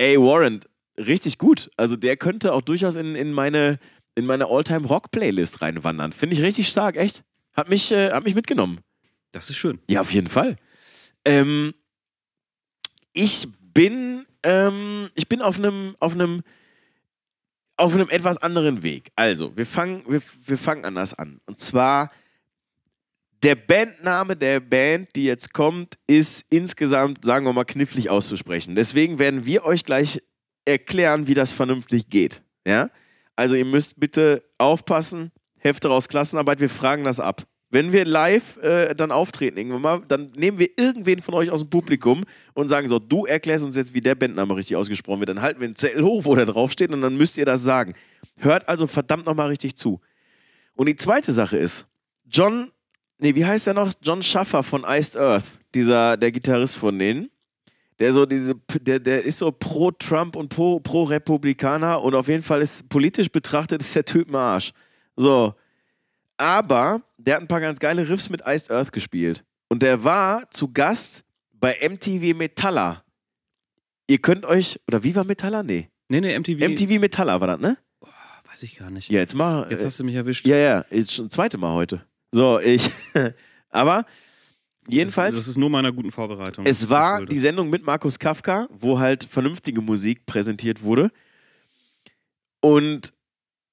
S2: Ey, Warrant, richtig gut. Also der könnte auch durchaus in, in meine, in meine All-Time-Rock-Playlist reinwandern. Finde ich richtig stark, echt. Hat mich, äh, hat mich mitgenommen.
S3: Das ist schön.
S2: Ja, auf jeden Fall. Ähm, ich bin, ähm, ich bin auf einem, auf einem, auf einem etwas anderen Weg. Also, wir fangen, wir, wir fangen anders an. Und zwar, der Bandname der Band, die jetzt kommt, ist insgesamt, sagen wir mal, knifflig auszusprechen. Deswegen werden wir euch gleich erklären, wie das vernünftig geht. Ja? Also, ihr müsst bitte aufpassen, Hefte raus Klassenarbeit, wir fragen das ab. Wenn wir live äh, dann auftreten irgendwann mal, dann nehmen wir irgendwen von euch aus dem Publikum und sagen so, du erklärst uns jetzt, wie der Bandname richtig ausgesprochen wird. Dann halten wir einen Zettel hoch, wo der draufsteht und dann müsst ihr das sagen. Hört also verdammt nochmal richtig zu. Und die zweite Sache ist, John, nee, wie heißt er noch? John Schaffer von Iced Earth, dieser, der Gitarrist von denen. Der so diese, der, der ist so pro Trump und pro, pro Republikaner und auf jeden Fall ist politisch betrachtet ist der Typ ein Arsch. So, aber der hat ein paar ganz geile Riffs mit Iced Earth gespielt. Und der war zu Gast bei MTV Metalla. Ihr könnt euch, oder Viva Metalla? Nee.
S3: Nee, nee, MTV.
S2: MTV Metalla war das, ne?
S3: Weiß ich gar nicht.
S2: Ja, jetzt mal.
S3: Jetzt
S2: äh,
S3: hast du mich erwischt.
S2: ja, ja, ist schon das zweite Mal heute. So, ich. <laughs> aber jedenfalls.
S3: Das, das ist nur meiner guten Vorbereitung.
S2: Es war
S3: geschuldet.
S2: die Sendung mit Markus Kafka, wo halt vernünftige Musik präsentiert wurde. Und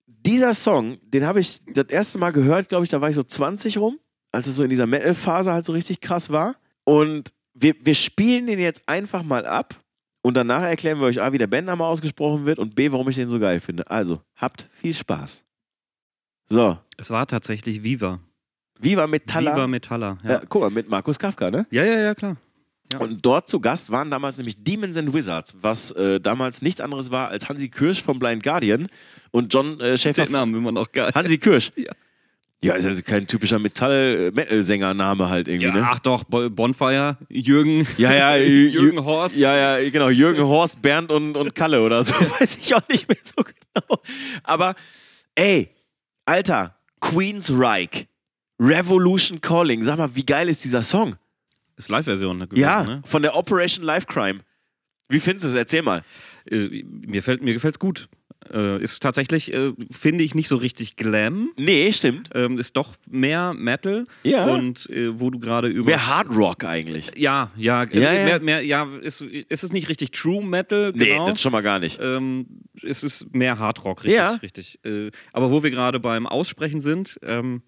S2: dieser Song, den habe ich das erste Mal gehört, glaube ich, da war ich so 20 rum, als es so in dieser Metal-Phase halt so richtig krass war. Und wir, wir spielen den jetzt einfach mal ab und danach erklären wir euch A, wie der Bandname ausgesprochen wird und B, warum ich den so geil finde. Also, habt viel Spaß. So,
S3: es war tatsächlich Viva.
S2: Viva Äh, Metalla.
S3: Viva Metalla. Ja.
S2: ja, guck mal, mit Markus Kafka, ne?
S3: ja, ja, ja, klar.
S2: Und dort zu Gast waren damals nämlich Demons and Wizards, was äh, damals nichts anderes war als Hansi Kirsch vom Blind Guardian und John äh, Schäfer.
S3: Den Namen immer noch geil.
S2: Hansi Kirsch.
S3: Ja.
S2: Ja, ist also kein typischer Metall-Metal-Sänger-Name halt irgendwie,
S3: ja,
S2: ne?
S3: ach doch, Bo- Bonfire, Jürgen, <laughs>
S2: Ja, ja, Jü-
S3: Jürgen Horst.
S2: Ja, ja, genau. Jürgen Horst, Bernd und, und Kalle oder so. <laughs> Weiß ich auch nicht mehr so genau. Aber, ey, Alter, Queen's Reich, Revolution Calling. Sag mal, wie geil ist dieser Song?
S3: Ist Live-Version gewesen,
S2: Ja,
S3: ne?
S2: von der Operation Life Crime. Wie findest du es? Erzähl mal.
S3: Äh, mir, fällt, mir gefällt's gut. Äh, ist tatsächlich, äh, finde ich, nicht so richtig Glam.
S2: Nee, stimmt.
S3: Ähm, ist doch mehr Metal.
S2: Ja.
S3: Und äh, wo du gerade über.
S2: Mehr Hard Rock eigentlich.
S3: Ja, ja. Also
S2: Ja, ja.
S3: Mehr, mehr, ja ist, ist es nicht richtig True Metal?
S2: Nee,
S3: Genau.
S2: das schon mal gar nicht.
S3: ähm, es ist mehr Hardrock, richtig,
S2: Ja.
S3: richtig. Äh, aber wo wir gerade beim Aussprechen sind, ähm,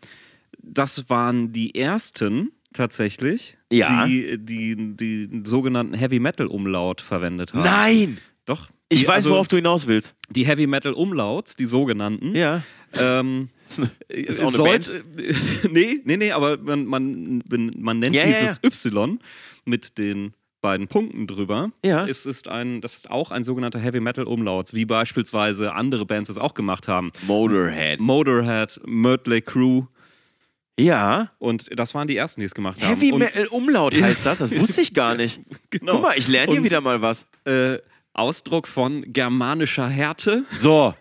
S3: das waren die ersten tatsächlich,
S2: Ja.
S3: die, die den sogenannten Heavy Metal Umlaut verwendet haben.
S2: Nein!
S3: Doch.
S2: Ich also
S3: die, also
S2: weiß, worauf du hinaus willst.
S3: die Heavy Metal Umlauts, die sogenannten.
S2: Ja.
S3: Ähm,
S2: Ist
S3: es
S2: auch eine
S3: sollte, <laughs> nee, nee, nee, aber man, man, wenn- man nennt
S2: Ja, ja,
S3: dieses Y mit den beiden Punkten drüber.
S2: Ja.
S3: Es ist ein, das ist auch ein sogenannter Heavy Metal Umlaut, wie beispielsweise andere Bands es auch gemacht haben.
S2: Motorhead.
S3: Motorhead, Mötley Crew
S2: Ja.
S3: und das waren die ersten, die es gemacht haben.
S2: Heavy
S3: und,
S2: Metal Umlaut heißt das. Das wusste ich gar <laughs> nicht.
S3: Genau.
S2: Guck mal, ich lerne hier
S3: Und-
S2: wieder mal was.
S3: Äh, Ausdruck von germanischer Härte.
S2: So.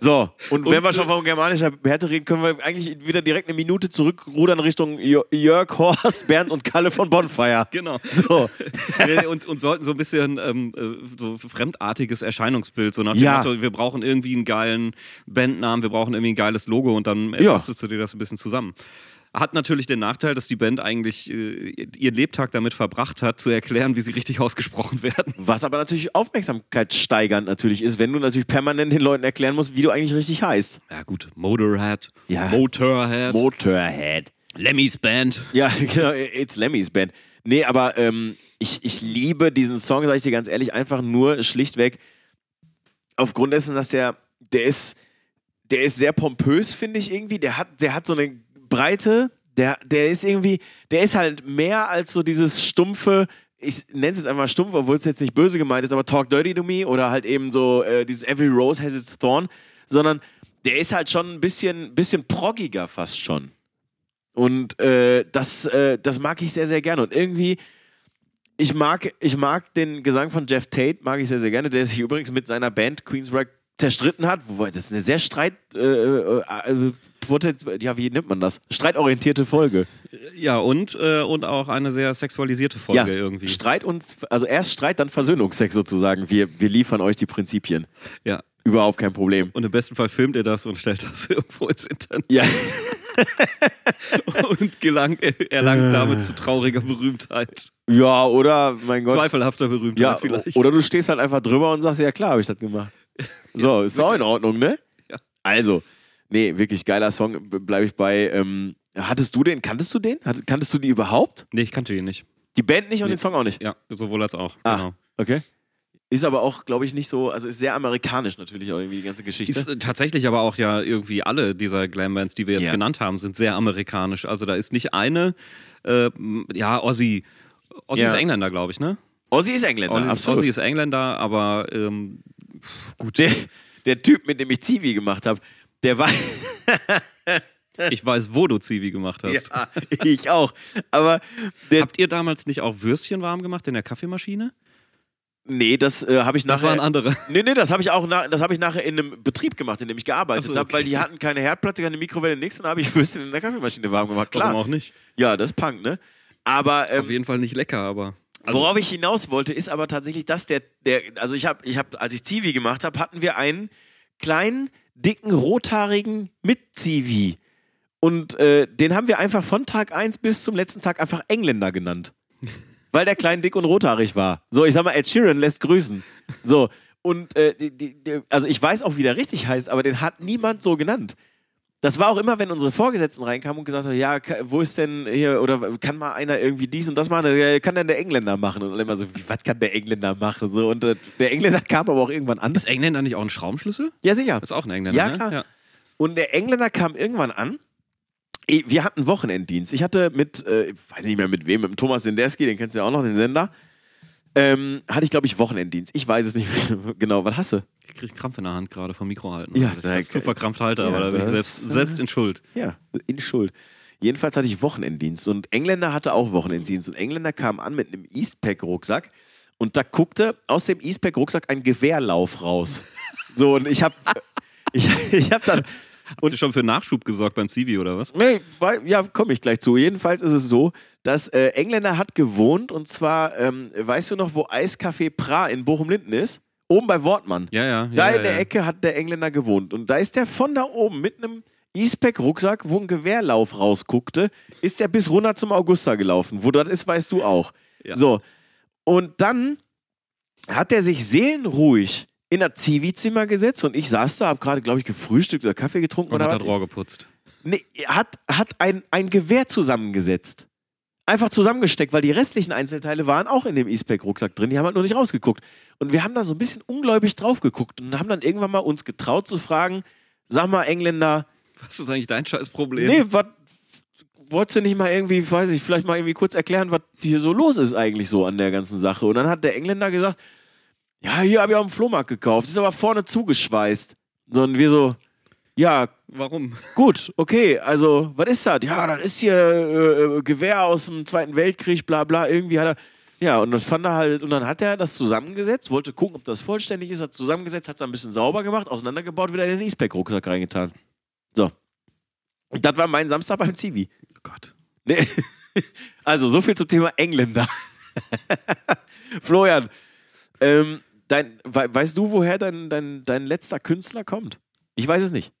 S2: So, und, äh, wenn
S3: Und,
S2: wir schon von germanischer Härte reden, können wir eigentlich wieder direkt eine Minute zurückrudern Richtung Jö- Jörg, Horst, Bernd und Kalle von Bonfire.
S3: Genau.
S2: <laughs> So.
S3: <laughs> Nee, und, und sollten so ein bisschen ähm, äh, so fremdartiges Erscheinungsbild, so nach dem
S2: Ja.
S3: Motto, wir brauchen irgendwie einen geilen Bandnamen, wir brauchen irgendwie ein geiles Logo und dann äh,
S2: Ja.
S3: bastelst du dir das ein bisschen zusammen. Hat natürlich den Nachteil, dass die Band eigentlich äh, ihren Lebtag damit verbracht hat, zu erklären, wie sie richtig ausgesprochen werden.
S2: Was aber natürlich aufmerksamkeitssteigernd natürlich ist, wenn du natürlich permanent den Leuten erklären musst, wie du eigentlich richtig heißt.
S3: Ja gut, Motorhead,
S2: Ja.
S3: Motorhead,
S2: Motorhead.
S3: Lemmys Band.
S2: Ja, <laughs> genau, It's Lemmys Band. Nee, aber ähm, ich, ich liebe diesen Song, sag ich dir ganz ehrlich, einfach nur schlichtweg aufgrund dessen, dass der, der ist, der ist sehr pompös, finde ich irgendwie. Der hat, der hat so eine Breite, der, der ist irgendwie, der ist halt mehr als so dieses stumpfe, ich nenne es jetzt einfach stumpf, obwohl es jetzt nicht böse gemeint ist, aber Talk Dirty to Me oder halt eben so äh, dieses Every Rose has its thorn, sondern der ist halt schon ein bisschen, bisschen proggiger fast schon. Und äh, das, äh, das mag ich sehr, sehr gerne. Und irgendwie, ich mag, ich mag den Gesang von Jeff Tate, mag ich sehr, sehr gerne, der sich übrigens mit seiner Band Queen's Rock zerstritten hat. Wobei, das ist eine sehr streit... Äh, äh, äh, poten- ja, wie nennt man das? Streitorientierte Folge.
S3: Ja, und, äh, und auch eine sehr sexualisierte Folge
S2: ja,
S3: irgendwie.
S2: Streit und... Also erst Streit, dann Versöhnungsex sozusagen. Wir, wir liefern euch die Prinzipien.
S3: Ja.
S2: Überhaupt kein Problem.
S3: Und im besten Fall filmt ihr das und stellt das <laughs> irgendwo ins Internet.
S2: Ja,
S3: <laughs> und gelang,
S2: Äh.
S3: erlangt damit zu trauriger Berühmtheit.
S2: ja oder, mein Gott...
S3: Zweifelhafter Berühmtheit
S2: ja,
S3: vielleicht.
S2: Oder du stehst halt einfach drüber und sagst, ja klar, habe ich
S3: <laughs>
S2: das gemacht. So, ist auch in Ordnung, ne?
S3: Ja.
S2: Also, nee, wirklich geiler Song, bleibe ich bei. Ähm, hattest du den, kanntest du den? Hat, kanntest du die überhaupt?
S3: nee, ich kannte ihn nicht.
S2: Die Band nicht und den Song auch nicht.
S3: Ja, sowohl als auch.
S2: Ah,
S3: Genau.
S2: okay. Ist aber auch, glaube ich, nicht so, also ist sehr amerikanisch natürlich auch irgendwie die ganze Geschichte.
S3: Ist äh, tatsächlich aber auch ja irgendwie alle dieser Glam-Bands, die wir jetzt
S2: Ja.
S3: genannt haben, sind sehr amerikanisch. Also da ist nicht eine, äh, m- ja, Ozzy. Ozzy
S2: Ja.
S3: ist Engländer, glaube ich, ne?
S2: Ozzy ist Engländer,
S3: Ozzy, ist-
S2: absolut.
S3: Ozzy ist Engländer, aber
S2: <laughs>
S3: ähm,
S2: gut. Der, der Typ, mit dem ich Zivi gemacht habe, der war,
S3: ich weiß, wo du Zivi gemacht hast.
S2: <laughs> ja, ich auch, aber der,
S3: Habt ihr damals nicht auch Würstchen warm gemacht in der Kaffeemaschine?
S2: nee, das äh, habe ich nachher...
S3: Das waren andere.
S2: Nee, nee, das habe ich auch nach, das habe ich nachher in einem Betrieb gemacht, in dem ich gearbeitet
S3: Ach so,
S2: habe, weil die
S3: okay.
S2: hatten keine Herdplatte, keine Mikrowelle, nichts und da habe ich <laughs> Würstchen in der Kaffeemaschine warm gemacht. Klar.
S3: Warum auch nicht.
S2: Ja, das ist Punk, ne? Aber
S3: Auf
S2: ähm,
S3: jeden Fall nicht lecker, aber. Also
S2: worauf ich hinaus wollte, ist aber tatsächlich, dass der, der also ich habe, ich habe, als ich Zivi gemacht habe, hatten wir einen kleinen, dicken, rothaarigen mit Zivi. Und äh, den haben wir einfach von Tag 1 bis zum letzten Tag einfach Engländer genannt. Weil der klein, dick und rothaarig war. So, ich sag mal, Ed Sheeran lässt grüßen. So, und äh, die, die, die, also ich weiß auch, wie der richtig heißt, aber den hat niemand so genannt. Das war auch immer, wenn unsere Vorgesetzten reinkamen und gesagt haben, ja, ka- wo ist denn hier, oder kann mal einer irgendwie dies und das machen, Ja, kann denn der Engländer machen? Und alle immer so, wie, was kann der Engländer machen? So, und äh, der Engländer kam aber auch irgendwann an.
S3: Ist Engländer nicht auch ein ne? Schraubenschlüssel?
S2: Ja, sicher.
S3: Ist auch ein Engländer.
S2: Ja,
S3: ne?
S2: klar. Und der Engländer kam irgendwann an Ey, wir hatten Wochenenddienst. Ich hatte mit, äh, ich weiß nicht mehr mit wem, mit dem Thomas Sendersky, den kennst du ja auch noch, den Sender. Ähm, hatte ich, glaube ich, Wochenenddienst. Ich weiß es nicht mehr <laughs> genau. Was hast du?
S3: Ich kriege Krampf in der Hand gerade vom Mikro halten.
S2: Ja,
S3: das
S2: da-
S3: ist zu verkrampft halte,
S2: Ja,
S3: aber da bin ich
S2: das-
S3: selbst, selbst in Schuld.
S2: Ja, in Schuld. Jedenfalls hatte ich Wochenenddienst und Engländer hatte auch Wochenenddienst und Engländer kamen an mit einem Eastpack-Rucksack und da guckte aus dem Eastpack-Rucksack ein Gewehrlauf raus. So und ich hab, <laughs> ich, ich hab dann,
S3: Und schon für Nachschub gesorgt beim Zivi oder was?
S2: Nee, weil, ja, komme ich gleich zu. Jedenfalls ist es so, dass äh, Engländer hat gewohnt und zwar, ähm, weißt du noch, wo Eiscafé Pra in Bochum-Linden ist? Oben bei Wortmann.
S3: Ja, ja.
S2: da
S3: ja,
S2: in der
S3: ja.
S2: Ecke hat der Engländer gewohnt. Und da ist der von da oben mit einem Eastpack-Rucksack, wo ein Gewehrlauf rausguckte, ist der bis runter zum Augusta gelaufen. Wo das ist, weißt du auch.
S3: Ja.
S2: So. Und dann hat er sich seelenruhig in das Zivi-Zimmer gesetzt und ich saß da, habe gerade, glaube ich, gefrühstückt oder Kaffee getrunken
S3: Und
S2: oder
S3: hat
S2: was.
S3: das Rohr geputzt.
S2: Nee, hat, hat ein, ein Gewehr zusammengesetzt. Einfach zusammengesteckt, weil die restlichen Einzelteile waren auch in dem Eastpack-Rucksack drin. Die haben halt nur nicht rausgeguckt. Und wir haben da so ein bisschen ungläubig drauf geguckt und haben dann irgendwann mal uns getraut zu fragen: Sag mal, Engländer,
S3: Was ist eigentlich dein Scheißproblem?
S2: nee, was. Wolltest du nicht mal irgendwie, weiß ich, vielleicht mal irgendwie kurz erklären, was hier so los ist eigentlich so an der ganzen Sache? Und dann hat der Engländer gesagt: Ja, hier habe ich auf dem Flohmarkt gekauft, ist aber vorne zugeschweißt. Sondern wir so: Ja,
S3: Warum?
S2: Gut, okay, also, was ist das? Ja, das ist hier äh, äh, Gewehr aus dem Zweiten Weltkrieg, bla bla, irgendwie hat er. Ja, und das fand er halt, und dann hat er das zusammengesetzt, wollte gucken, ob das vollständig ist, hat zusammengesetzt, hat es ein bisschen sauber gemacht, auseinandergebaut, wieder in den Eastpack-Rucksack reingetan. So. Und das war mein Samstag beim Zivi.
S3: Oh Gott.
S2: Nee. <laughs> Also, so viel zum Thema Engländer. <laughs> Florian, ähm, dein, we weißt du, woher dein, dein, dein letzter Künstler kommt? Ich weiß es nicht.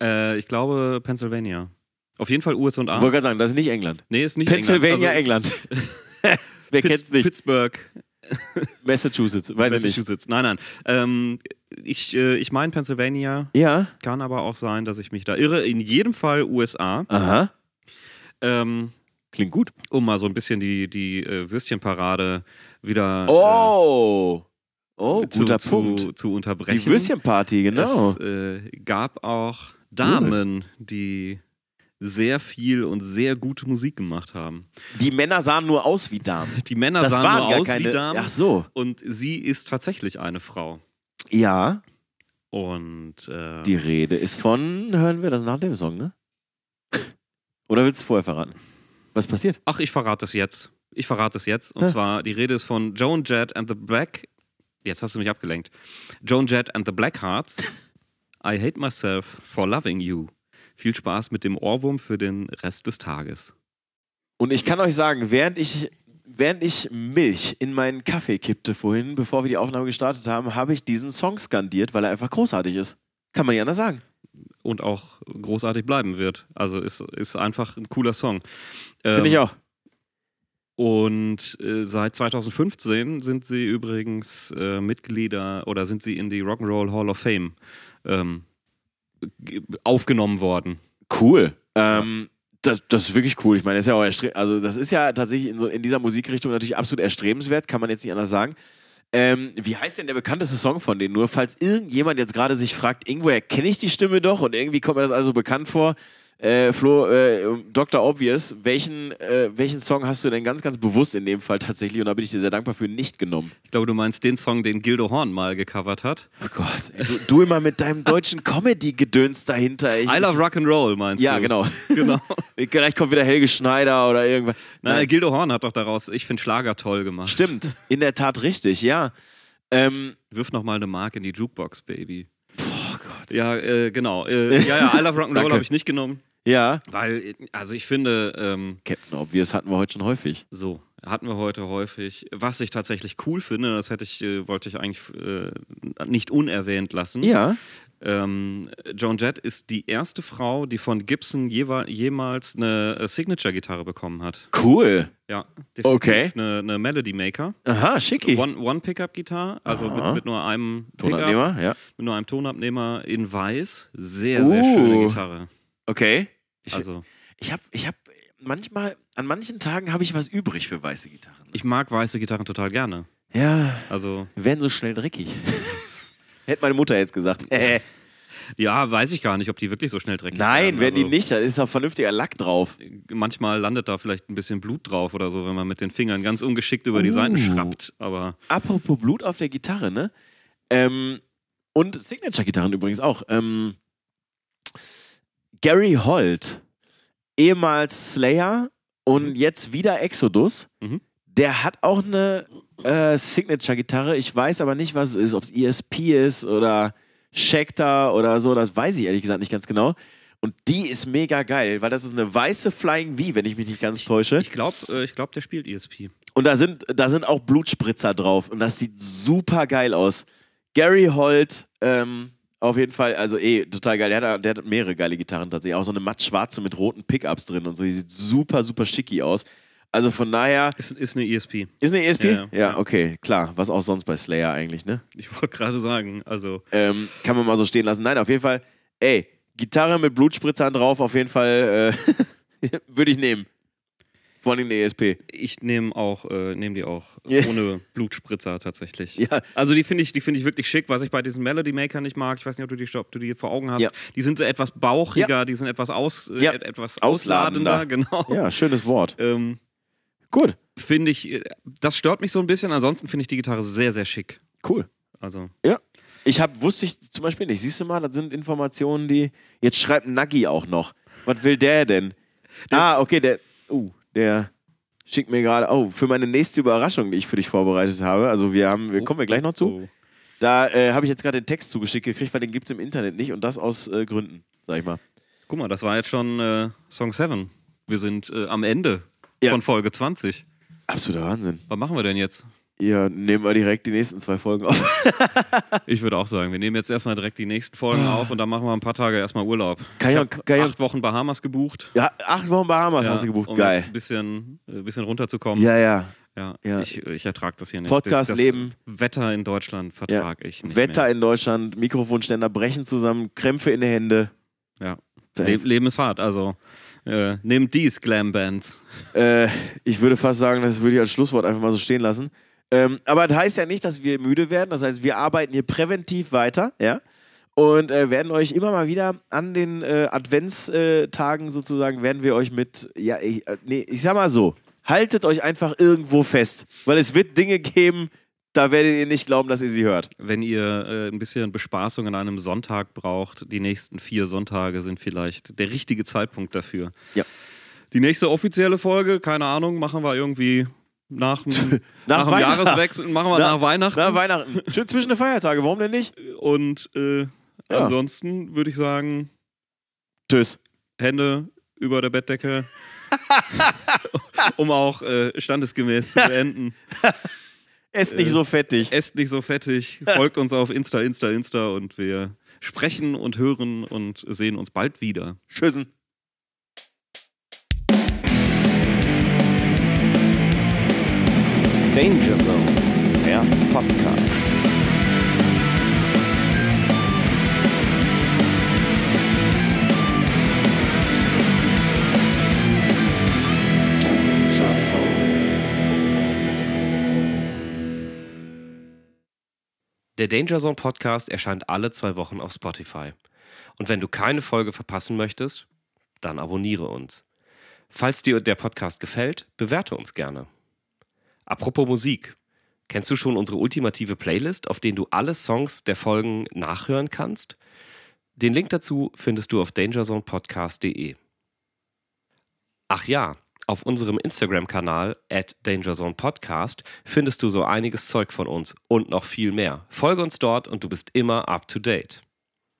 S3: Äh, ich glaube Pennsylvania. Auf jeden Fall USA.
S2: Ich wollte gerade sagen, das ist nicht England.
S3: nee, ist nicht
S2: Pennsylvania,
S3: England.
S2: England. <laughs> Wer
S3: Pitts-
S2: kennt's nicht?
S3: Pittsburgh,
S2: Massachusetts, weiß ich nicht.
S3: Massachusetts. Nein, nein. Ähm, ich äh, ich meine Pennsylvania.
S2: Ja.
S3: Kann aber auch sein, dass ich mich da irre. In jedem Fall USA.
S2: Aha.
S3: Ähm,
S2: Klingt gut.
S3: um mal so ein bisschen die, die äh, Würstchenparade wieder
S2: Oh. Oh,
S3: äh, zu,
S2: guter
S3: zu,
S2: Punkt.
S3: zu unterbrechen.
S2: Die Würstchenparty, genau.
S3: Es äh, gab auch Damen, die sehr viel und sehr gute Musik gemacht haben.
S2: Die Männer sahen nur aus wie Damen.
S3: Die Männer
S2: das
S3: sahen
S2: waren
S3: nur
S2: gar
S3: aus
S2: keine.
S3: wie Damen
S2: Ach so.
S3: und sie ist tatsächlich eine Frau.
S2: Ja,
S3: Und äh,
S2: die Rede ist von, hören wir das nach dem Song, ne? Oder willst du es vorher verraten? Was passiert?
S3: ach, ich verrate es jetzt. Ich verrate es jetzt. Und
S2: Ja.
S3: zwar, die Rede ist von Joan Jett and the Black. Jetzt hast du mich abgelenkt. Joan Jett and the Blackhearts. I hate myself for loving you. Viel Spaß mit dem Ohrwurm für den Rest des Tages.
S2: Und ich kann euch sagen, während ich, während ich Milch in meinen Kaffee kippte vorhin, bevor wir die Aufnahme gestartet haben, habe ich diesen Song skandiert, weil er einfach großartig ist. Kann man nicht anders sagen.
S3: Und auch großartig bleiben wird. Also ist, ist einfach ein cooler Song. Ähm,
S2: Finde ich auch.
S3: Und äh, seit 2015 sind sie übrigens äh, Mitglieder oder sind sie in die Rock'n'Roll Hall of Fame ähm, ge- aufgenommen worden.
S2: Cool. Ähm, das, das ist wirklich cool. Ich meine, das ist ja auch erstre- also das ist ja tatsächlich in, so, in dieser Musikrichtung natürlich absolut erstrebenswert, kann man jetzt nicht anders sagen. Ähm, wie heißt denn der bekannteste Song von denen? Nur falls irgendjemand jetzt gerade sich fragt, irgendwoher kenne ich die Stimme doch und irgendwie kommt mir das also bekannt vor. Äh, Flo, äh, Dr. Obvious, welchen, äh, welchen Song hast du denn ganz, ganz bewusst in dem Fall tatsächlich, und da bin ich dir sehr dankbar für, nicht genommen?
S3: Ich glaube, du meinst den Song, den Gildo Horn mal gecovert hat.
S2: Oh Gott, ey, du, du immer mit deinem deutschen Comedy-Gedöns dahinter. Ich,
S3: I Love Rock'n'Roll meinst
S2: Ja,
S3: du?
S2: <laughs> genau.
S3: <laughs> genau.
S2: Vielleicht kommt wieder Helge Schneider oder irgendwas.
S3: Nein, der Gildo Horn hat doch daraus, ich finde Schlager toll gemacht.
S2: Stimmt, in der Tat richtig, ja. Ähm,
S3: Wirf nochmal eine Mark in die Jukebox, Baby. Oh Gott. Ja, äh, genau. Äh, ja, ja, I Love Rock'n'Roll
S2: <laughs> Danke.
S3: habe ich nicht genommen,
S2: ja.
S3: weil, äh, also ich finde, ähm,
S2: Captain Obvious hatten wir heute schon häufig.
S3: So, hatten wir heute häufig. Was ich tatsächlich cool finde, das hätte ich, äh, wollte ich eigentlich äh, nicht unerwähnt lassen.
S2: Ja.
S3: Ähm, Joan Jett ist die erste Frau, die von Gibson jewe- jemals eine äh, Signature-Gitarre bekommen hat.
S2: Cool.
S3: Ja, definitiv
S2: Okay.
S3: Eine, eine Melody Maker.
S2: Aha, schicki.
S3: One- One-Pickup-Gitarre, also mit,
S2: Aha.
S3: mit nur einem Pickup,
S2: Tonabnehmer, ja.
S3: mit nur einem Tonabnehmer in weiß. Sehr, sehr
S2: Uh.
S3: schöne Gitarre.
S2: Okay. Ich,
S3: Also,
S2: ich hab, ich hab manchmal, an manchen Tagen habe ich was übrig für weiße Gitarren.
S3: ich mag weiße Gitarren total gerne.
S2: Ja,
S3: Also,
S2: <laughs> werden so schnell dreckig. Hätte meine Mutter jetzt gesagt. Äh,
S3: Ja, weiß ich gar nicht, ob die wirklich so schnell dreckig werden.
S2: Nein, wenn die
S3: Also,
S2: nicht, dann ist da vernünftiger Lack drauf.
S3: Manchmal landet da vielleicht ein bisschen Blut drauf oder so, wenn man mit den Fingern ganz ungeschickt über die
S2: Oh.
S3: Seiten schrappt. Aber
S2: Apropos Blut auf der Gitarre, ne? Ähm, und Signature-Gitarren übrigens auch. Ähm, Gary Holt, ehemals Slayer und jetzt wieder Exodus,
S3: Mhm.
S2: der hat auch eine äh, Signature-Gitarre. Ich weiß aber nicht, was es ist, ob es ESP ist oder Schecter oder so, das weiß ich ehrlich gesagt nicht ganz genau. Und die ist mega geil, weil das ist eine weiße Flying V, wenn ich mich nicht ganz täusche.
S3: ich glaube, äh, ich glaub, der spielt ESP.
S2: Und da sind, da sind auch Blutspritzer drauf. Und das sieht super geil aus. Gary Holt, ähm, auf jeden Fall, also eh, total geil. Der hat, da- der hat mehrere geile Gitarren tatsächlich. Auch so eine matt-schwarze mit roten Pickups drin und so. Die sieht super, super schicki aus. Also von daher,
S3: Ist, ist eine E ESP.
S2: ist eine ESP?
S3: Ja,
S2: Ja,
S3: ja.
S2: okay, klar. Was auch sonst bei Slayer eigentlich, ne?
S3: Ich wollte gerade sagen, also
S2: Ähm, kann man mal so stehen lassen. Nein, auf jeden Fall, ey, Gitarre mit Blutspritzern drauf, auf jeden Fall äh, <laughs> würde ich nehmen. Vor allem E eine ESP.
S3: ich nehme auch, äh, nehme die auch
S2: <laughs> Ja.
S3: ohne Blutspritzer tatsächlich.
S2: Ja.
S3: Also die finde ich, die finde ich wirklich schick, was ich bei diesen Melody Maker nicht mag. Ich weiß nicht, ob du die, ob du die vor Augen hast.
S2: Ja.
S3: Die sind so etwas bauchiger, die sind etwas aus, äh,
S2: Ja.
S3: et- etwas ausladender,
S2: Ausladender.
S3: genau.
S2: Ja, schönes Wort.
S3: Ähm,
S2: Gut,
S3: finde ich, äh, das stört mich so ein bisschen. Ansonsten finde ich die Gitarre sehr, sehr schick.
S2: cool.
S3: Also
S2: Ja. Ich hab, wusste ich zum Beispiel nicht. Siehst du mal, das sind Informationen, die. Jetzt schreibt Nagi auch noch. Was will der denn? ah, okay, der. Uh, der schickt mir gerade. Oh, für meine nächste Überraschung, die ich für dich vorbereitet habe. Also, wir haben. Wir kommen wir gleich noch zu.
S3: so.
S2: Da äh, habe ich jetzt gerade den Text zugeschickt gekriegt, weil den gibt es im Internet nicht und das aus äh, Gründen, sag ich mal.
S3: Guck mal, das war jetzt schon äh, Song 7. Wir sind äh, am Ende
S2: Ja.
S3: von Folge 20.
S2: Absoluter Wahnsinn.
S3: Was machen wir denn jetzt?
S2: Ja, nehmen wir direkt die nächsten zwei Folgen auf. <laughs>
S3: Ich würde auch sagen, wir nehmen jetzt erstmal direkt die nächsten Folgen
S2: Ah.
S3: auf und dann machen wir ein paar Tage erstmal Urlaub.
S2: Kann
S3: ich
S2: ich
S3: habe
S2: auch- kann ich auch-
S3: acht Wochen Bahamas gebucht.
S2: Ja, acht Wochen Bahamas
S3: Ja,
S2: hast du gebucht.
S3: um
S2: Geil.
S3: Jetzt ein bisschen, äh, ein bisschen runterzukommen.
S2: Ja, ja.
S3: Ja,
S2: ja.
S3: Ich, ich ertrage das hier nicht.
S2: Podcast,
S3: das, das
S2: Leben.
S3: Wetter in Deutschland
S2: ja.
S3: vertrage ich nicht.
S2: Wetter in Deutschland, Mikrofonständer brechen zusammen, Krämpfe in den Händen.
S3: Mehr. Ja. Le Leben ist hart, also äh, nehmt dies, Glam-Bands.
S2: Äh, ich würde fast sagen, das würde ich als Schlusswort einfach mal so stehen lassen. Ähm, aber das heißt ja nicht, dass wir müde werden. Das heißt, wir arbeiten hier präventiv weiter, ja. Und äh, werden euch immer mal wieder an den äh, Adventstagen sozusagen, werden wir euch mit, ja, ich, äh, nee, ich sag mal so, haltet euch einfach irgendwo fest, weil es wird Dinge geben, da werdet ihr nicht glauben, dass ihr sie hört.
S3: Wenn ihr äh, ein bisschen Bespaßung an einem Sonntag braucht, die nächsten vier Sonntage sind vielleicht der richtige Zeitpunkt dafür.
S2: Ja.
S3: Die nächste offizielle Folge, keine Ahnung, machen wir irgendwie nach dem, nach dem
S2: Weihnachten.
S3: Jahreswechsel, machen wir nach, Weihnachten.
S2: Na, <laughs> Weihnachten. Schön zwischen den Feiertagen, warum denn nicht?
S3: Und äh, ansonsten würde ich sagen,
S2: Tschüss.
S3: Hände über der Bettdecke, um auch äh, standesgemäß zu beenden.
S2: Esst nicht so fettig.
S3: Esst nicht so fettig, folgt uns auf Insta, Insta, Insta und wir sprechen und hören und sehen uns bald wieder.
S2: Tschüssen.
S1: Danger Zone, der Podcast.
S5: Der Danger Zone Podcast erscheint alle zwei Wochen auf Spotify. Und wenn du keine Folge verpassen möchtest, dann abonniere uns. Falls dir der Podcast gefällt, bewerte uns gerne. Apropos Musik. Kennst du schon unsere ultimative Playlist, auf denen du alle Songs der Folgen nachhören kannst? Den Link dazu findest du auf dangerzonepodcast.de. Ach ja, auf unserem Instagram-Kanal at dangerzonepodcast findest du so einiges Zeug von uns und noch viel mehr. Folge uns dort und du bist immer up to date.